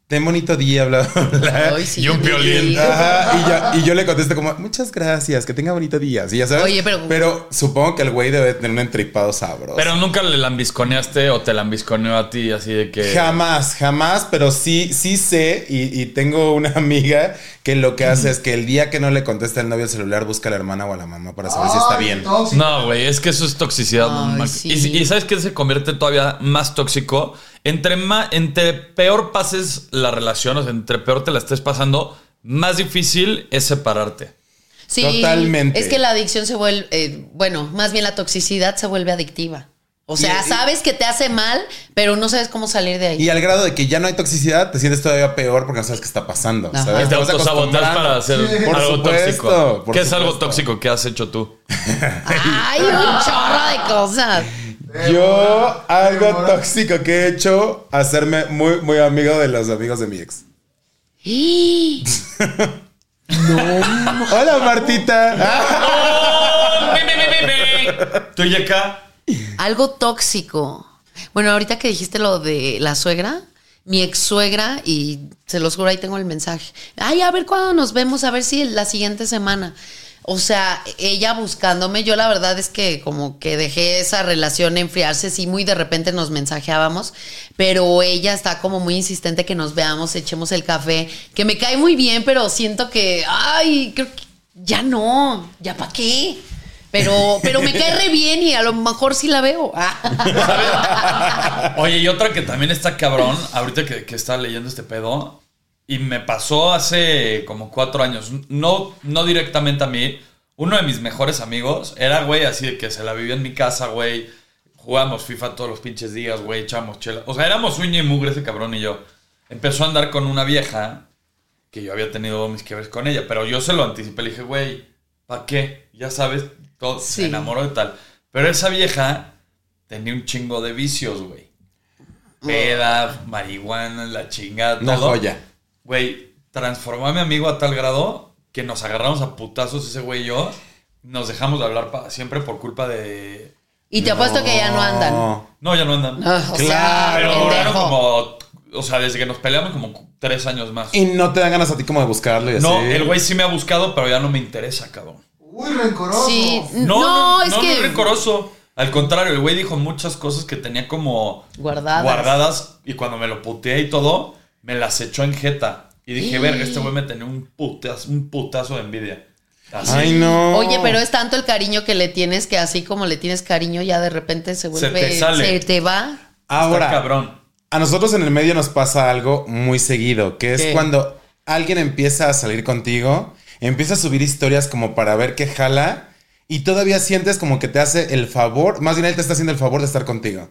B: ten bonito día, bla, bla, bla.
C: Ay, sí,
A: Y un
C: yo me
A: piolín.
C: digo.
B: Ajá, y, ya- y yo le contesto como, muchas gracias, que tenga bonito día. Sí, ya sabes.
C: Oye, pero-
B: supongo que el güey debe tener un entripado sabroso.
A: Pero nunca le lambisconeaste o te lambisconeó a ti así de que...
B: Jamás, jamás, pero sí, sí sé y, y tengo una amiga que lo que hace es que el día que no le contesta el novio el celular busca a la hermana o a la mamá para saber si está
E: Ay,
B: bien.
E: tóxico.
A: No, güey, es que eso es toxicidad.
C: Ay,
A: Max.
C: sí.
A: y, y sabes que se convierte todavía más tóxico. Entre, ma- entre peor pases la relación, o sea, entre peor te la estés pasando, más difícil es separarte.
C: Sí,
B: Totalmente.
C: Es que la adicción se vuelve, eh, bueno, más bien la toxicidad se vuelve adictiva. O sea,
B: Y- y-
C: sabes que te hace mal, pero no sabes cómo salir de ahí.
B: Y al grado de que ya no hay toxicidad, te sientes todavía peor porque no sabes qué está pasando.
C: Ajá.
B: ¿sabes?
A: Es de
B: Te vas
A: autosabotear
B: acostumbrando.
A: para hacer
E: Sí.
B: Por
A: algo
B: supuesto,
A: tóxico.
B: por
A: ¿Qué es algo
B: supuesto.
A: tóxico que has hecho tú?
C: Ay, un chorro de cosas.
B: Yo, algo
E: Demora.
B: tóxico que he hecho, hacerme muy, muy amigo de los amigos de mi ex.
C: ¡Ih!
B: Hola, Martita. Ah,
A: ¿Tú y acá?
C: Algo tóxico. Bueno, ahorita que dijiste lo de la suegra, mi ex suegra, y se los juro, ahí tengo el mensaje. Ay, a ver cuándo nos vemos, a ver si la siguiente semana. O sea, ella buscándome, yo la verdad es que como que dejé esa relación enfriarse, sí, muy de repente nos mensajeábamos, pero ella está como muy insistente que nos veamos, echemos el café, que me cae muy bien, pero siento que, ay, creo que ya no, ya para qué. Pero, pero me cae re bien y a lo mejor sí la veo. Ah.
A: Oye, y otra que también está cabrón, ahorita que, que estaba leyendo este pedo, y me pasó hace como cuatro años, no, no directamente a mí, uno de mis mejores amigos era, güey, así de que se la vivió en mi casa, güey, jugamos FIFA todos los pinches días, güey, echamos chela, o sea, éramos uña y mugre ese cabrón y yo. Empezó a andar con una vieja que yo había tenido mis quiebres con ella, pero yo se lo anticipé, le dije, güey, ¿para qué? Ya sabes, todo,
C: Sí.
A: se enamoró de tal. Pero esa vieja tenía un chingo de vicios, güey. Peda, marihuana, la chingada,
B: No
A: todo.
B: joya.
A: Güey, transformó a mi amigo a tal grado que nos agarramos a putazos ese güey y yo. Nos dejamos de hablar pa- siempre por culpa de...
C: y te apuesto que ya no andan.
A: No, ya no andan.
C: Ah, o sea,
B: Claro,
A: Pero
C: pendejo.
A: duraron como... O sea, desde que nos peleamos como cu- tres años más.
B: Y no te dan ganas a ti como de buscarlo y
A: No,
B: así.
A: el güey sí me ha buscado, pero ya no me interesa, cabrón.
E: Uy, rencoroso.
C: Sí, no,
A: No, no,
C: es
A: no,
C: que.
A: no es rencoroso. Al contrario, el güey dijo muchas cosas que tenía como
C: Guardadas.
A: guardadas, y cuando me lo puteé y todo, me las echó en jeta. Y dije, verga, este güey me tenía un putazo, un putazo de envidia. Así.
B: Ay, no.
C: Oye, pero es tanto el cariño que le tienes que así como le tienes cariño, ya de repente se vuelve.
A: te sale.
C: se te va.
A: Está
B: Ahora,
A: cabrón.
B: A nosotros en el medio nos pasa algo muy seguido, que es
C: ¿Qué?
B: cuando alguien empieza a salir contigo, empieza a subir historias como para ver qué jala y todavía sientes como que te hace el favor, más bien él te está haciendo el favor de estar contigo.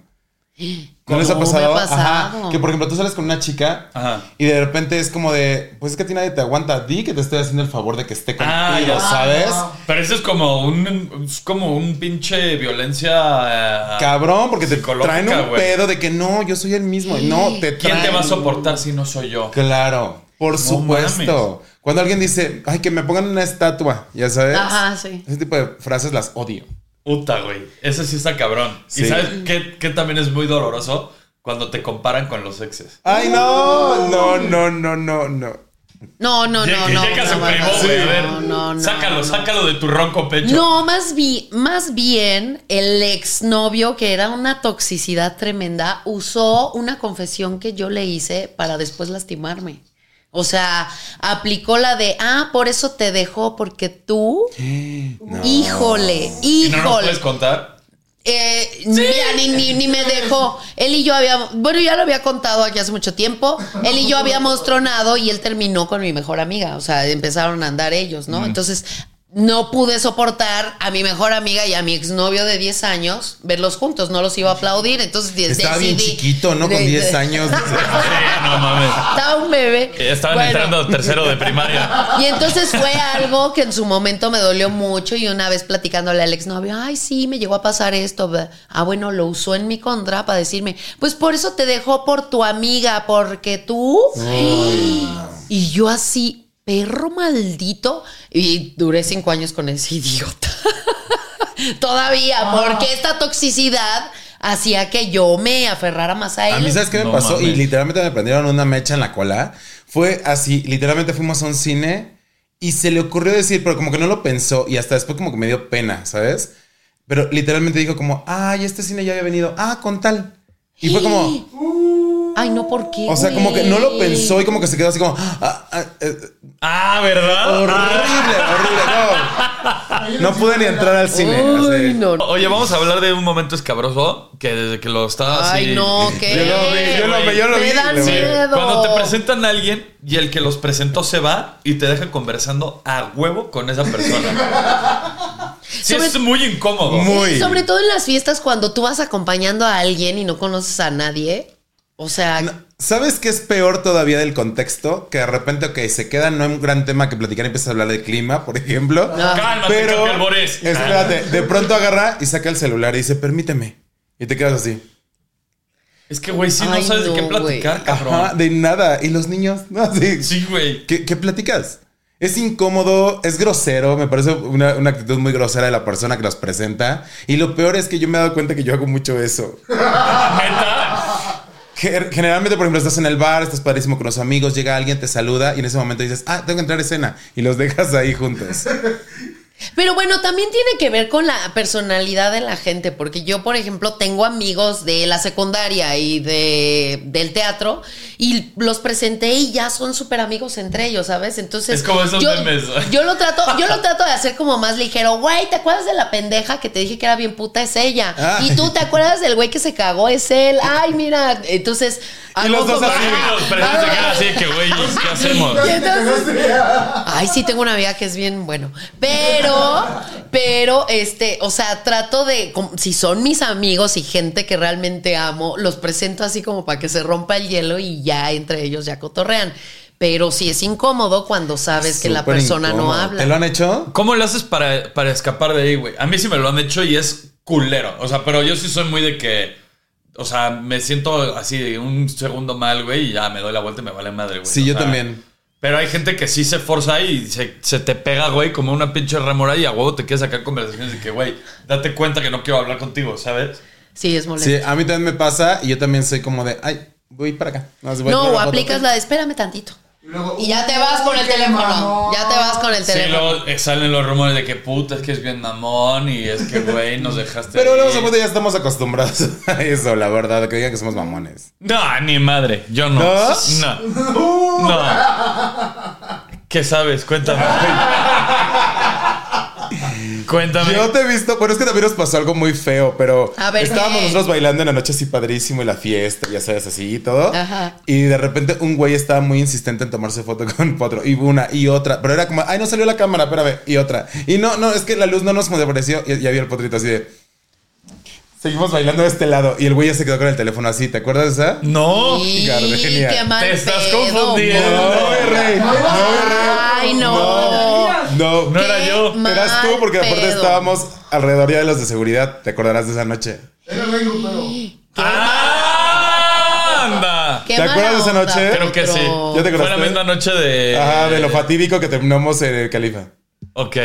B: ¿No les ha
C: No, me ha
B: pasado?
C: pasado.
B: Ajá, que por ejemplo tú sales con una chica
A: Ajá.
B: y de repente es como de, pues es que a ti nadie te aguanta, di que te estoy haciendo el favor de que esté contigo,
A: Ah, ya.
B: ¿sabes?
E: Ah,
A: Pero eso es como un, es como un pinche violencia. eh,
B: Cabrón, porque te
A: Psicológica,
B: traen un
A: güey.
B: pedo de que no, yo soy el mismo. No, te
A: ¿Quién te
B: traen-
A: va a soportar si no soy yo?
B: Claro, por supuesto. Cuando alguien dice, ay, que me pongan una estatua, ya sabes.
C: Ajá, sí.
B: Ese tipo de frases las odio.
A: Puta, güey. Ese sí está cabrón.
B: Sí.
A: ¿Y sabes qué, qué también es muy doloroso? Cuando te comparan con los exes.
B: Ay, no, no, no, no, no, no.
C: No, no,
A: Llega-
C: no, no.
A: llega
C: no,
A: su
C: no,
A: primo,
C: no,
A: güey, a
C: no,
A: ver,
C: no, no,
A: sácalo,
C: no.
A: sácalo de tu ronco pecho.
C: No, más, bi- más bien el exnovio, que era una toxicidad tremenda, usó una confesión que yo le hice para después lastimarme. O sea, aplicó la de, ah, por eso te dejó, porque tú, híjole,
A: ¿Y no pues, nos
C: híjole.
A: puedes contar?
C: eh, mira, ni, ni- ni me dejó. Él y yo habíamos, bueno, ya lo había contado aquí hace mucho tiempo. Él y yo habíamos tronado y él terminó con mi mejor amiga. O sea, empezaron a andar ellos, ¿no? Entonces, no pude soportar a mi mejor amiga y a mi exnovio de 10 años verlos juntos. No los iba a aplaudir. Entonces, de-
B: Estaba bien
C: decidí-
B: chiquito, ¿no? Con
C: de-
B: 10
C: de-
B: años.
A: no mames.
C: Estaba un bebé.
A: Estaban
C: Bueno,
A: entrando tercero de primaria.
C: y entonces fue algo que en su momento me dolió mucho y una vez platicándole al exnovio, ay, sí, me llegó a pasar esto. bla". Ah, bueno, lo usó en mi contra para decirme, pues por eso te dejó por tu amiga, porque tú... Y yo así, perro maldito, y duré cinco años con ese idiota. Todavía,
B: Ah.
C: porque esta toxicidad hacía que yo me aferrara más a él.
B: A mí, ¿sabes qué me
A: No
B: pasó? Y
A: mames.
B: literalmente me prendieron una mecha en la cola. Fue así, literalmente fuimos a un cine y se le ocurrió decir, pero como que no lo pensó y hasta después como que me dio pena, ¿sabes? Pero literalmente dijo como, ay, este cine ya había venido, ah, con tal. Y fue como,
C: Ay, no, ¿por qué?
B: o sea, como que
C: güey?
B: no lo pensó y como que se quedó así como, ah, ah, eh,
A: Ah, ¿verdad? Ah.
B: horrible, horrible, no. No pude ni entrar al cine.
C: Ay,
B: así.
C: no, no.
A: Oye, vamos a hablar de un momento escabroso que desde que lo estaba así.
C: Ay, no, qué.
B: Yo lo vi, yo lo vi, yo lo
C: Te
B: vi.
C: dan
B: lo vi.
C: miedo.
A: Cuando te presentan a alguien y el que los presentó se va y te deja conversando a huevo con esa persona. Sí,
C: Sobre-
A: es muy incómodo.
B: Muy.
C: Sobre todo en las fiestas cuando tú vas acompañando a alguien y no conoces a nadie. O sea,
B: No, ¿Sabes qué es peor todavía del contexto? Que de repente, ok, se queda no en un gran tema que platicar y empiezas a hablar de clima, por ejemplo.
A: Cálmate,
B: Pero,
A: Capi Albores. Ah.
B: espérate, de pronto agarra y saca el celular y dice, permíteme. Y te quedas así.
A: Es que, güey, sí, no
C: Ay,
A: sabes de qué
C: no,
A: platicar,
C: güey.
A: Ah, cabrón.
B: Ajá, de nada. Y los niños, no, así.
A: Sí, güey.
B: ¿Qué, qué platicas? Es incómodo, es grosero, me parece una, una actitud muy grosera de la persona que los presenta. Y lo peor es que yo me he dado cuenta que yo hago mucho eso. Ge- Generalmente, por ejemplo, estás en el bar, estás padrísimo con los amigos, llega alguien, te saluda y en ese momento dices, ah, tengo que entrar a escena y los dejas ahí juntos.
C: Pero bueno, también tiene que ver con la personalidad de la gente, porque yo, por ejemplo, tengo amigos de la secundaria y de, del teatro, y los presenté y ya son súper amigos entre ellos, ¿sabes? Entonces.
A: Es como esos
C: yo,
A: memes.
C: yo lo trato, yo lo trato de hacer como más ligero. Güey, ¿te acuerdas de la pendeja que te dije que era bien puta? Es ella.
B: Ay.
C: Y tú te acuerdas del güey que se cagó, es él. Ay, mira. Entonces.
B: Y los
C: hago
B: dos
C: como-
B: así,
A: Los presentan se quedan así de que, güey, ¿qué hacemos?
C: Y entonces- Ay, sí, tengo una amiga que es bien bueno. Pero, pero, este, o sea, trato de, com- si son mis amigos y gente que realmente amo, los presento así como para que se rompa el hielo y ya entre ellos ya cotorrean. Pero sí es incómodo cuando sabes que la
B: Súper
C: persona no
B: incómodo.
C: habla.
B: ¿Te lo han hecho?
A: ¿Cómo lo haces para, para escapar de ahí, güey? A mí sí me lo han hecho y es culero. O sea, pero yo sí soy muy de que. O sea, me siento así un segundo mal, güey, y ya me doy la vuelta y me vale madre, güey.
B: Sí,
A: O
B: yo
A: sea,
B: también.
A: Pero hay gente que sí se forza y se, se te pega, güey, como una pinche remora y a huevo te quieres sacar conversaciones de que, güey, date cuenta que no quiero hablar contigo, ¿sabes?
C: Sí, es molesto.
B: Sí, a mí también me pasa y yo también soy como de, ay, voy para acá. No, así voy
C: no,
B: para
C: o
B: la foto.
C: aplicas la de espérame tantito.
E: luego,
C: Y ya te vas
E: uy,
C: con el
E: qué
C: teléfono.
E: mamón.
C: Ya te vas con el
A: Sí,
C: teléfono.
A: luego eh, salen los rumores de que puta, es que es bien mamón y es que, güey, nos dejaste.
B: Pero luego
A: ahí.
B: se cuenta, ya estamos acostumbrados a eso, la verdad, que digan que somos mamones.
A: No, ni madre. Yo no.
B: ¿No?
A: No. No. ¿Qué sabes? Cuéntame. Cuéntame.
B: Yo te he visto, bueno, es que también nos pasó algo muy feo, pero
C: A ver,
B: estábamos
C: ¿qué?
B: nosotros bailando en la noche así padrísimo y la fiesta, ya sabes, así y todo.
C: Ajá.
B: Y de repente un güey estaba muy insistente en tomarse foto con otro, y una y otra, pero era como, ay, no salió la cámara, espérame, y otra. Y no, no, es que la luz no nos favoreció y, y había el potrito así de. Seguimos bailando de este lado y el güey ya se quedó con el teléfono así, ¿te acuerdas de esa?
A: No.
C: Y
B: Gardenia.
C: qué mal
A: Te estás
C: pedo,
A: confundiendo.
C: amor.
B: No, mi rey, no, mi rey.
C: Ay, no.
B: No, no
A: No era
C: Qué
A: yo.
C: mal
B: Eras tú porque aparte
C: pedo.
B: estábamos alrededor ya de los de seguridad, ¿te acordarás de esa noche?
E: Era el rey grupero.
B: Ah,
A: Ah, ¡Anda!
C: Qué
B: ¿Te acuerdas de esa
C: mala
B: noche?
A: Creo que sí.
C: Petro.
B: Ya te
A: Fue la
B: acordaste.
A: misma noche de.
B: Ajá, de lo fatídico que terminamos en el Califa.
A: Ok,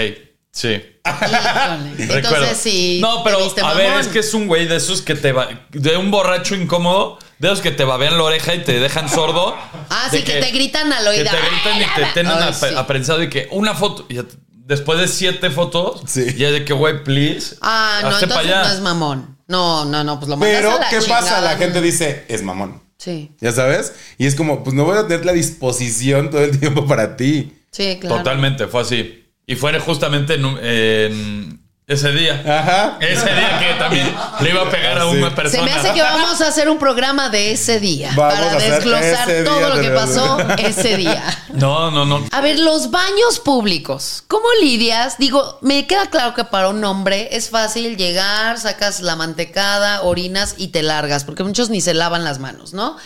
A: sí.
C: Híjole.
A: Recuerdo.
C: Ah, Entonces sí.
A: No,
C: te
A: pero
C: viste
A: a ver,
C: mamón.
A: es que es un güey de esos que te va. De un borracho incómodo, de esos que te babean la oreja y te dejan sordo.
C: Ah,
A: de
C: sí, que, te gritan al oído.
A: Que te gritan y te tienen
C: Ay,
A: ape-
C: sí.
A: aprensado y que una foto. y ya te- después de siete fotos,
B: Sí.
A: ya de que, güey, please.
C: Ah, no,
A: hazte pa'
C: entonces
A: allá.
C: no es mamón. No, no, no, pues lo mandas
B: Pero,
C: a la
B: ¿qué pasa?
C: chingada.
B: La gente dice, es mamón.
C: Sí,
B: ¿Ya sabes? Y es como, pues no voy a tener la disposición todo el tiempo para ti.
C: sí, claro.
A: Totalmente, fue así. Y fue justamente en, un- en- Ese día.
B: Ajá.
A: Ese día que también le iba a pegar a
B: Ah, Sí.
A: una persona.
C: Se me hace que vamos a hacer un programa de ese día
B: Vamos a
C: para
B: hacer
C: desglosar
B: ese
C: todo
B: día
C: lo
B: de
C: que
B: verdad.
C: pasó ese día.
A: No, no, no.
C: A ver, los baños públicos. ¿Cómo lidias? Digo, me queda claro que para un hombre es fácil llegar, sacas la mantecada, orinas y te largas, porque muchos ni se lavan las manos, ¿no?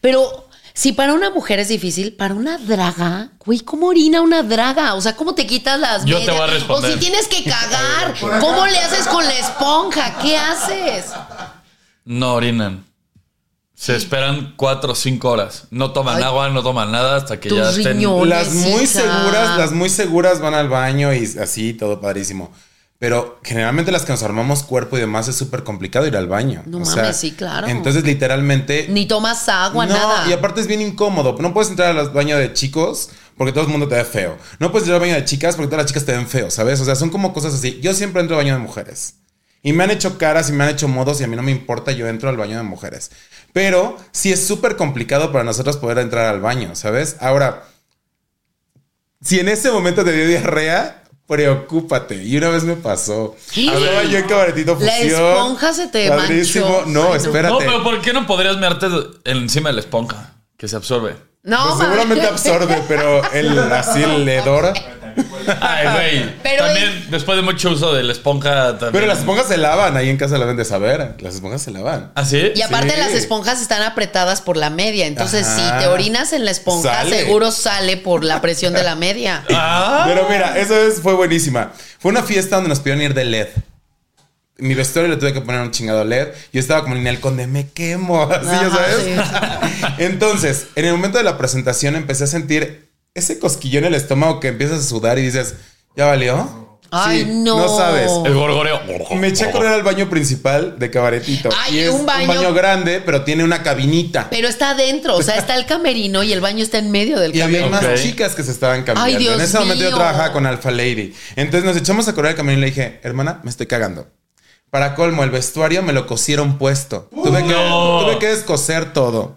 C: Pero si para una mujer es difícil, para una draga, güey, ¿cómo orina una draga? O sea, ¿cómo te quitas las
A: Yo te
C: medias?
A: voy a responder.
C: O si tienes que cagar, ¿cómo le haces con la esponja? ¿Qué haces?
A: No orinan. Se esperan cuatro o cinco horas. No toman agua, no toman nada hasta que
C: Tus
A: ya estén.
C: riñones.
B: Las muy
C: hija.
B: seguras, las muy seguras van al baño y así, todo padrísimo. Pero generalmente las que nos armamos cuerpo y demás es súper complicado ir al baño.
C: No
B: O
C: mames,
B: sea,
C: sí, claro.
B: Entonces, literalmente.
C: Ni tomas agua,
B: no,
C: nada.
B: y aparte es bien incómodo. No puedes entrar al baño de chicos porque todo el mundo te ve feo. No puedes entrar al baño de chicas porque todas las chicas te ven feo, ¿sabes? O sea, son como cosas así. Yo siempre entro al baño de mujeres. Y me han hecho caras y me han hecho modos y a mí no me importa, yo entro al baño de mujeres. Pero sí es súper complicado para nosotros poder entrar al baño, ¿sabes? Ahora, si en ese momento te dio diarrea, preocúpate. Y una vez me pasó. Hablaba yo en cabaretito fusión.
C: La esponja se te
B: padrísimo.
C: manchó. Ay,
B: No,
C: no.
B: espérate.
A: No, pero ¿por qué no podrías mearte encima de la esponja? Que se absorbe.
C: No,
B: Pues
C: mames.
B: seguramente absorbe, pero el así el hedor.
A: Ay, güey.
C: Pero
A: también, después de mucho uso de la esponja, también.
B: Pero las esponjas se lavan, ahí en casa la venden saber. Las esponjas se lavan.
A: ¿Ah, sí?
C: Y aparte
B: Sí.
C: las esponjas están apretadas por la media, entonces
B: Ajá.
C: si te orinas en la esponja
B: Sale.
C: seguro sale por la presión de la media.
A: Ah.
B: Pero mira, esa vez fue buenísima. Fue una fiesta donde nos pidieron ir de LED. Mi vestuario le tuve que poner un chingado LED. Yo estaba como en el conde, me quemo. Así, ya
C: Ajá,
B: sabes. Entonces, en el momento de la presentación empecé a sentir ese cosquillón en el estómago que empiezas a sudar y dices, ¿ya valió?
C: Ay,
B: Sí,
C: no.
B: No sabes.
A: El gorgoreo.
B: Me eché a correr al baño principal de cabaretito.
C: Ay,
B: y es
C: un
B: un
C: baño-
B: baño... grande, pero tiene una cabinita.
C: Pero está adentro, o sea, está el camerino y el baño está en medio del
B: Y
C: camerino.
B: había
A: Ok.
B: más chicas que se estaban cambiando.
C: Ay, Dios
B: en ese momento
C: mío.
B: yo trabajaba con Alpha Lady. Entonces nos echamos a correr el camino y le dije, hermana, me estoy cagando. Para colmo, el vestuario me lo cosieron puesto. Tuve, que,
A: No.
B: tuve que descoser todo.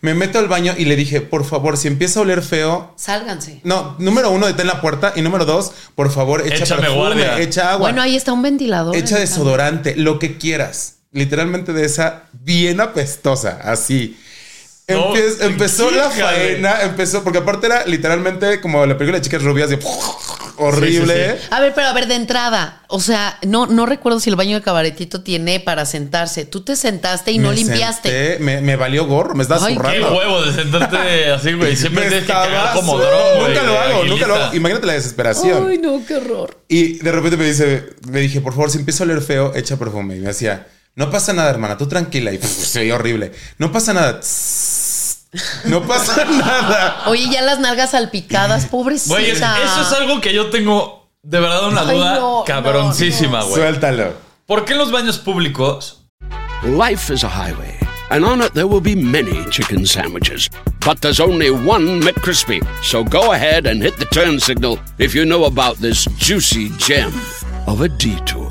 B: Me meto al baño y le dije, por favor, si empieza a oler feo.
C: Sálganse.
B: No, número uno, detén la puerta. Y número dos, por favor, echa
A: Échame
B: perfume,
A: guardia.
B: echa agua.
C: Bueno, ahí está un ventilador.
B: Hecha de
C: en la
B: desodorante, lo que quieras. Literalmente de esa bien apestosa, así.
A: No,
B: Empie- empezó la
A: híjole.
B: faena, empezó, porque aparte era literalmente como la película de chicas rubias de horrible.
C: cama. A ver, pero a ver, de entrada, o sea, no, no recuerdo si el baño de cabaretito tiene para sentarse. Tú te sentaste y no
B: Me
C: limpiaste.
B: senté, me, me valió gorro, me estás
C: Ay, qué
A: Qué
B: zurrando.
A: huevo de sentarte así, güey. Siempre
B: Me
A: tienes que cagar
B: estaba-
A: como dron, güey.
B: Nunca lo
A: de
B: hago, nunca lo
A: aguilita.
B: hago. Imagínate la desesperación.
C: Ay, no, qué horror.
B: Y de repente me dice, le dije, por favor, si empiezo a oler feo, echa perfume. Y me hacía, no pasa nada, hermana, tú tranquila. Y pf, se oía horrible. No pasa nada. Tss, No pasa nada.
C: Oye, ya las nalgas salpicadas, pobrecita.
A: Güey, es- eso es algo que yo tengo de verdad una
C: Ay,
A: duda
C: no,
A: cabroncísima, Ah, güey.
B: Suéltalo.
A: ¿Por qué en los baños públicos?
F: Life is a highway, and on it there will be many chicken sandwiches. But there's only one McCrispy. So go ahead and hit the turn signal if you know about this juicy gem of a detour.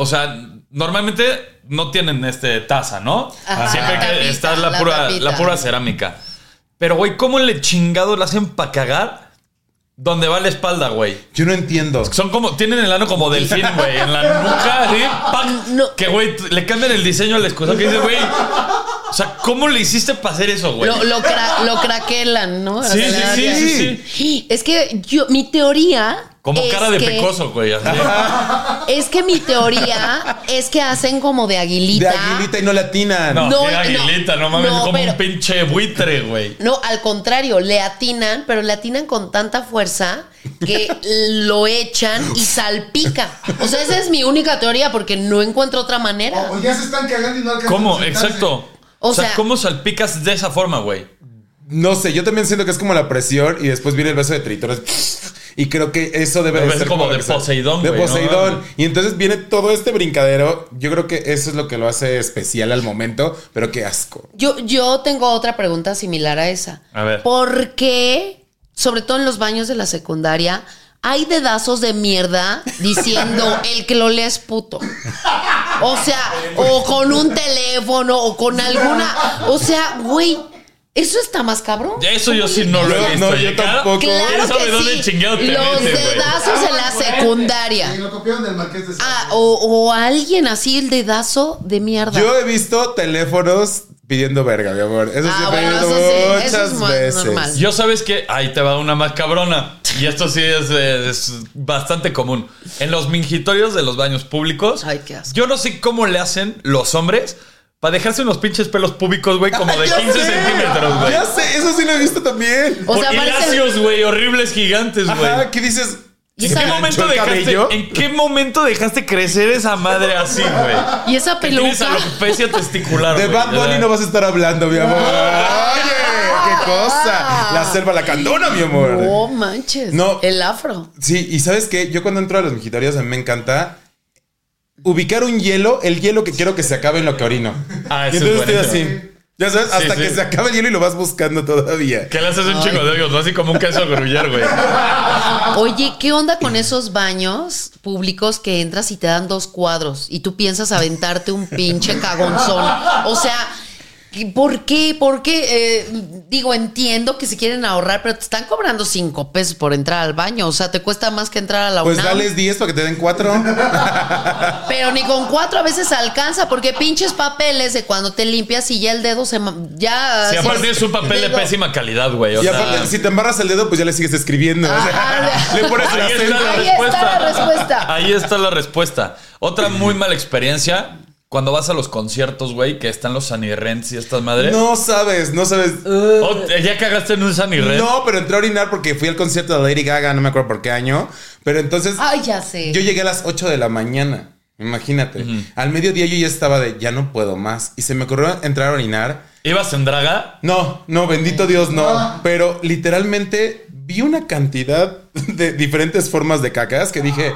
A: O sea, normalmente no tienen este taza, ¿no?
C: Ajá.
A: Siempre
C: La
A: que
C: tapita,
A: está la,
C: la
A: pura,
C: tapita.
A: la pura cerámica. Pero, güey, ¿cómo le chingado la hacen para cagar donde va la espalda, güey?
B: Yo no entiendo.
A: Son como, tienen el ano como delfín, güey. En la nuca, así, ¡pac!
C: Ah, No.
A: Que, güey, t- le cambian el diseño al escudo. Que dices, güey. O sea, ¿cómo le hiciste para hacer eso, güey?
C: Lo, lo, cra- lo craquelan, ¿no?
A: Sí,
C: O sea,
A: sí,
C: la
A: sí,
C: verdad.
A: sí,
C: Es que yo, mi teoría.
A: Como
C: es
A: cara de
C: que-
A: pecoso, güey. así.
C: Es que mi teoría es que hacen como de
B: De
C: aguilita.
B: aguilita y no latina.
A: No,
C: No,
A: qué
C: no,
A: aguilita, no, mames,
C: no,
A: como
C: pero-
A: un pinche buitre, güey.
C: No, al contrario, le atinan, pero le atinan con tanta fuerza que lo echan y salpica. O sea, esa es mi única teoría porque no encuentro otra manera.
E: O, o ya se están cagando y no alcanzan
A: ¿Cómo?
E: a sentarse.
A: Exacto.
C: O
A: O sea,
C: sea-
A: ¿cómo salpicas de esa forma, güey?
B: No sé, yo también siento que es como la presión y después viene el beso de tritones. Y creo que eso debe
A: Pero
B: de
A: es
B: ser
A: como
B: lo
A: de
B: que sea.
A: Poseidón,
B: De
A: güey, ¿no?
B: Poseidón. Y entonces viene todo este brincadero. Yo creo que eso es lo que lo hace especial al momento, pero qué asco.
C: Yo, yo tengo otra pregunta similar a esa.
A: A ver.
C: ¿Por qué, sobre todo en los baños de la secundaria, hay dedazos de mierda diciendo el que lo lee es puto? O sea, o con un teléfono, o con alguna. O sea, güey, ¿eso está más cabrón?
A: Eso yo sí no lo
B: No,
A: he visto.
B: no, yo
A: llegar.
B: tampoco.
C: Claro
A: ¿Sabe dónde
C: que sí.
A: chingado te
C: Los
A: metes, güey?
C: dedazos en la secundaria.
E: Y lo copiaron del Marqués de Sade.
C: Ah, o, o alguien así, el dedazo de mierda.
B: Yo he visto teléfonos pidiendo verga, mi amor. Eso
C: Ah,
B: sí he
C: bueno,
B: visto
C: eso sí, eso es
B: muchas
C: más
B: veces.
C: normal.
A: Yo sabes que ahí te va una más cabrona. Y esto sí es, eh, es bastante común. En los mingitorios de los baños públicos.
C: Ay, qué asco.
A: Yo no sé cómo le hacen los hombres para dejarse unos pinches pelos públicos, güey, como de
B: Ya
A: 15
B: sé,
A: centímetros, güey.
B: Ya sé, eso sí lo he visto también.
C: o sea,
A: Por- y
C: parece-
A: lacios, güey, horribles gigantes, Pues, güey.
B: Ajá, ¿qué dices?
C: Y
A: ¿En
C: esa-
A: qué,
C: ¿Se
A: momento
B: manchó el
A: dejaste,
B: cabello?
A: ¿En qué momento dejaste crecer esa madre así, güey?
C: Y esa
A: Que Tienes
C: peluca.
A: alopecia testicular,
B: De
A: güey,
B: Bad
A: o
B: Bunny
A: sea.
B: no vas a estar hablando, mi amor.
C: Ah.
B: Oye, qué cosa. La selva, la candona, mi amor.
C: No Oh, manches.
B: No.
C: El afro.
B: Sí, y sabes qué, yo cuando entro a los mijitorios a mí me encanta ubicar un hielo, el hielo que quiero que se acabe en lo que orino.
A: Ah,
B: y
A: eso
B: entonces
A: es
B: estoy
A: buenísimo.
B: así. Ya sabes, hasta
A: sí.
B: que se acabe el hielo y lo vas buscando todavía.
A: Que le haces un chico de hoyos, ¿no? Así como un queso gruyere, güey.
C: Oye, ¿qué onda con esos baños públicos que entras y te dan dos cuadros y tú piensas aventarte un pinche cagonzón? O sea, ¿por qué? ¿Por qué? Eh, digo, entiendo que se quieren ahorrar, pero te están cobrando cinco pesos por entrar al baño. O sea, te cuesta más que entrar a la
B: Pues
C: UNAM.
B: dales 10 para que te den 4.
C: Pero ni con cuatro a veces alcanza, porque pinches papeles de cuando te limpias y ya el dedo se... ma- Ya...
A: Sí,
C: así
A: aparte
C: es-
A: es un papel de
C: dedo-
A: pésima calidad, güey. O
B: Y
A: sea,
B: aparte, si te embarras el dedo, pues ya le sigues escribiendo. O sea,
C: Ah,
B: le pones el
A: Ahí está
B: acento.
A: la
C: Ahí
A: respuesta.
C: está la respuesta.
A: Ahí está la respuesta. Otra muy mala experiencia cuando vas a los conciertos, güey, que están los Sunny Rents y estas madres.
B: No sabes, no sabes.
A: Oh, ya cagaste en un Sunny Rent.
B: No, pero entré a orinar porque fui al concierto de Lady Gaga, no me acuerdo por qué año. Pero entonces
C: Ay, ya sé.
B: yo llegué a las 8 de la mañana. Imagínate. Al mediodía yo ya estaba de ya no puedo más. Y se me ocurrió entrar a orinar.
A: ¿Ibas en draga?
B: No, no, bendito Dios, no. Pero literalmente vi una cantidad de diferentes formas de cacas que dije,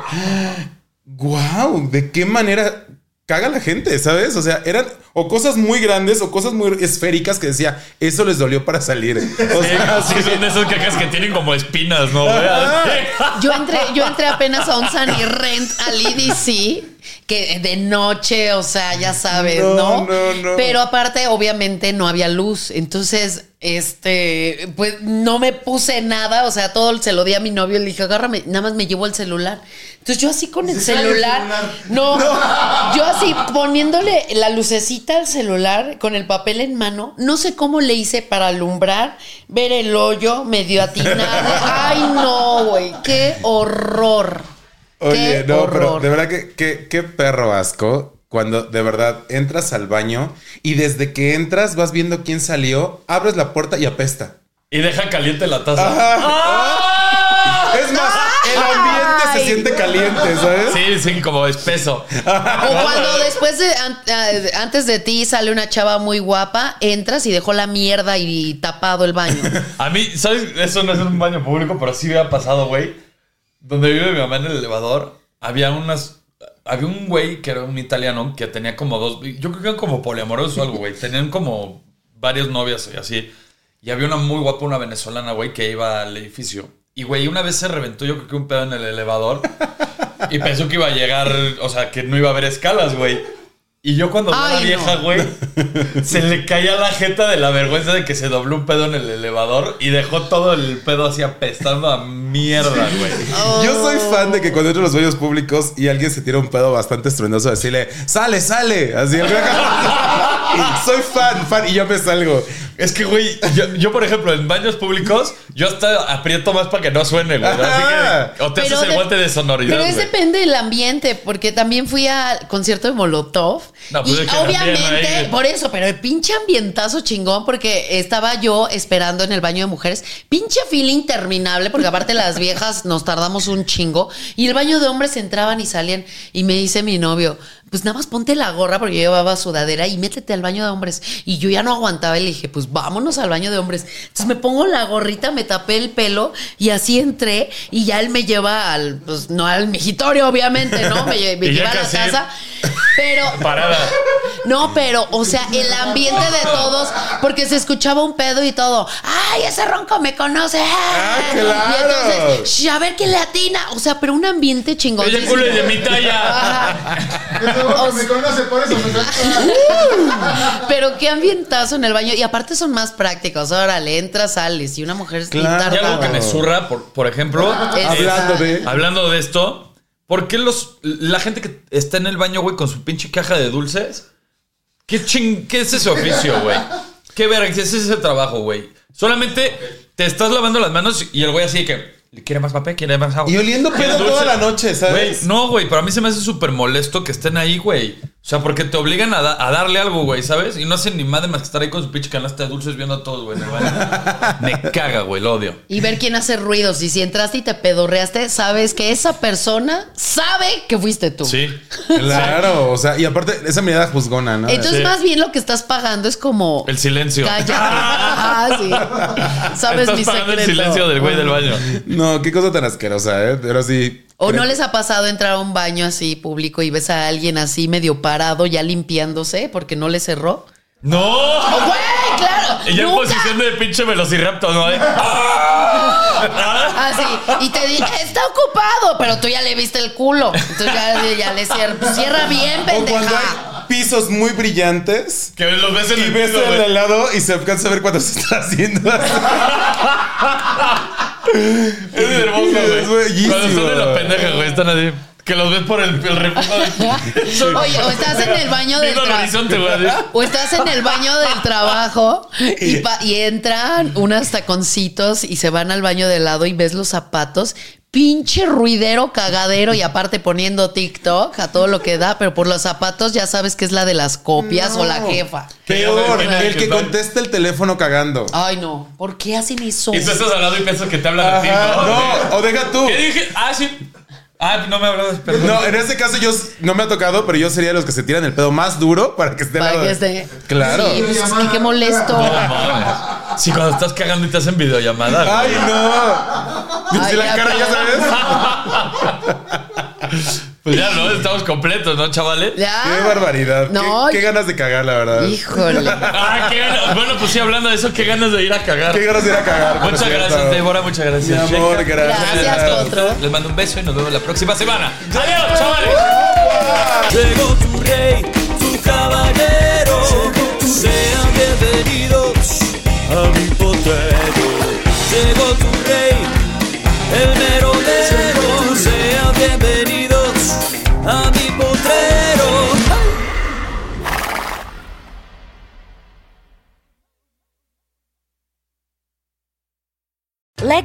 B: wow, ¿de qué manera caga la gente? ¿Sabes? O sea, eran o cosas muy grandes o cosas muy esféricas que decía, eso les dolió para salir. O
A: Sí,
B: sea,
A: sí, son de esas cacas que tienen como espinas, ¿no, güey?
B: Ajá.
A: Sí.
C: Yo entré, yo entré apenas a un Sunny Rent al EDC, que de noche, o sea, ya sabes,
B: No,
C: ¿no?
B: no, no.
C: Pero aparte, obviamente, no había luz. Entonces, este, pues no me puse nada. O sea, todo se lo di a mi novio y le dije, agárrame, nada más me llevo el celular. Entonces yo así con el
E: Se cae el
C: celular.
E: celular.
C: No, yo así poniéndole la lucecita al celular con el papel en mano. No sé cómo le hice para alumbrar, ver el hoyo, medio atinarle. Ay, no, güey, qué horror.
B: Oye,
C: Qué
B: no, pero
C: horror.
B: de verdad que, que- qué perro asco cuando de verdad entras al baño y desde que entras vas viendo quién salió, abres la puerta y apesta.
A: Y deja caliente la taza.
B: Ajá. Es más, el ambiente
C: Ay.
B: se siente caliente, ¿sabes?
A: Sí, sí, como espeso.
C: O cuando después de an- eh, antes de ti sale una chava muy guapa, entras y dejó la mierda y tapado el baño.
A: A mí, ¿sabes? Eso no es un baño público, pero sí había pasado, güey. Donde vive mi mamá en el elevador, había unas. Había un güey que era un italiano que tenía como dos. Yo creo que eran como poliamorosos o algo, güey. Tenían como varias novias y así. Y había una muy guapa, una venezolana, güey, que iba al edificio. Y, güey, una vez se reventó, yo creo que un pedo en el elevador. Y pensó que iba a llegar, o sea, que no iba a haber escalas, güey. Y yo cuando veo a la
C: Ay, no.
A: vieja, güey, se le caía la jeta de la vergüenza de que se dobló un pedo en el elevador y dejó todo el pedo así apestando a mierda, güey.
B: Yo soy fan de que cuando entro a los baños públicos y alguien se tira un pedo bastante estruendoso, decirle, sale, sale. Así, soy fan, fan, y yo me salgo.
A: Es que, güey, yo, yo, por ejemplo, en baños públicos, yo hasta aprieto más para que no suene, güey. Así que, o te
C: Pero
A: haces el
C: de-
A: guante de sonoridad.
C: Pero es
A: güey.
C: depende del ambiente, porque también fui al concierto de Molotov.
A: No, pues es
C: y
A: que también
C: obviamente,
A: ahí-
C: por eso, pero el pinche ambientazo chingón, porque estaba yo esperando en el baño de mujeres, pinche fila interminable, porque aparte las viejas nos tardamos un chingo, y el baño de hombres entraban y salían, y me dice mi novio, pues nada más ponte la gorra porque yo llevaba sudadera y métete al baño de hombres. Y yo ya no aguantaba y le dije, pues vámonos al baño de hombres. Entonces me pongo la gorrita, me tapé el pelo y así entré y ya él me lleva al, pues no al migitorio obviamente, ¿no? Me, lle- me
A: Y ya
C: lleva a la
A: casi-
C: casa. Pero...
A: Parada.
C: No, pero, o sea, el ambiente de todos, porque se escuchaba un pedo y todo. ¡Ay, ese ronco me conoce!
B: Ah,
C: Y
B: claro.
C: entonces, "Sh, a ver qué le atina. O sea, pero un ambiente chingón.
A: Ella culo es de mi talla.
C: O
E: me
C: sea-
E: conoce por eso. Me conoce.
C: Pero qué ambientazo en el baño. Y aparte son más prácticos. Órale, entras, sales. Y una mujer
A: Y
B: Claro.
A: algo que
C: tardaba.
A: me zurra, por, por ejemplo,
C: Ah, Es-
B: Hablando de.
A: hablando de esto, ¿por qué los, la gente que está en el baño, güey, con su pinche caja de dulces? ¿Qué, ching, qué es ese oficio, güey? ¿Qué verga qué es ese trabajo, güey? Solamente te estás lavando las manos y el güey así de que... ¿Quiere más papel? ¿Quiere más agua?
B: Y oliendo
A: ¿Quiere
B: pedo
A: dulce?
B: toda la noche, ¿sabes?
A: Güey, no, güey, pero a mí se me hace súper molesto que estén ahí, güey. O sea, porque te obligan a, da- a darle algo, güey, ¿sabes? Y no hacen ni madre más que estar ahí con su pinche canasta de dulces viendo a todos, güey. en el baño. Me caga, güey, lo odio.
C: Y ver quién hace ruidos. Y si entraste y te pedorreaste, sabes que esa persona sabe que fuiste tú.
A: Sí.
B: Claro, o sea, y aparte, esa mirada juzgona, ¿no?
C: Entonces,
A: Sí.
C: más bien lo que estás pagando es como.
A: El silencio.
C: Cállate. Ah, sí. Sabes
A: Estás
C: mi
A: pagando
C: secreto.
A: el silencio del güey del baño.
B: No, qué cosa tan asquerosa, ¿eh? Pero sí.
C: O no les ha pasado entrar a un baño así público y ves a alguien así medio parado ya limpiándose porque no le cerró. Oh,
A: ¡No!
C: ¡Güey, claro!
A: Ah. Y ya en
C: ¡Nunca!
A: posición de pinche velociraptor, ¿no? De-
C: Así. Ah, Y te dije, está ocupado, pero tú ya le viste el culo. Entonces ya, ya le cierra. Pues cierra bien,
B: O cuando
C: pendeja.
B: hay pisos muy brillantes
A: Que los ves en
B: y
A: el
B: ves
A: piso,
B: al de
A: güey.
B: al lado y se alcanza a ver cuánto se está haciendo.
A: Es hermoso,
B: Es
A: güey.
B: bellísimo.
A: Cuando están en la pendeja, güey, están así. Que los ves por el, el reflejo del- Son-
C: Oye, o estás en el baño del
A: Viendo el
C: tra-
A: horizonte, güey. así.
C: O estás en el baño del trabajo y, pa- y entran unas taconcitos y se van al baño de lado y ves los zapatos. Pinche ruidero, cagadero y aparte poniendo TikTok a todo lo que da, pero por los zapatos ya sabes que es la de las copias o la jefa.
B: Peor,
A: Que ya saben
B: el que
A: quién es.
B: contesta el teléfono cagando.
C: Ay, no. ¿Por qué hacen eso?
A: Y tú estás al lado y piensas que te hablan de ti, Ah, ¿no?
B: Ajá, no, o deja tú.
A: ¿Qué dije? Ah, sí. Ah, no me hablas, perdón.
B: No, en este caso yo s- no me ha tocado, pero yo sería de los que se tiran el pedo más duro para que esté al
C: Para
B: lado
C: que
B: de-
C: esté-
B: Claro.
C: Sí, pues, es que qué molesto.
A: No mames. Si cuando estás cagando y te hacen videollamada. güey.
B: Ay, no.
C: Ay,
B: Dice la
C: ya,
B: cara, ya
C: perdón.
B: sabes.
A: Pues ya, ¿no? Estamos completos, ¿no, chavales?
C: Ya.
B: Qué barbaridad. Qué-
C: Ah. No.
B: Qué, ganas de cagar, la verdad.
C: Híjole.
A: Ah, qué ganas. Bueno, pues sí, hablando de eso, qué ganas de ir a cagar.
B: Qué ganas de ir a cagar. por
A: Muchas
B: cierto.
A: gracias, Débora. Muchas
B: Mi
A: gracias,
B: amor,
A: Sheila.
B: gracias.
C: Gracias, Potro.
A: Les mando un beso y nos vemos la próxima semana. ¡Adiós, chavales!
D: Llegó tu rey, tu caballero. Sean bienvenidos a mi potrero. Llegó tu rey, el merodero. Sean bienvenidos a mi potrero.
G: Let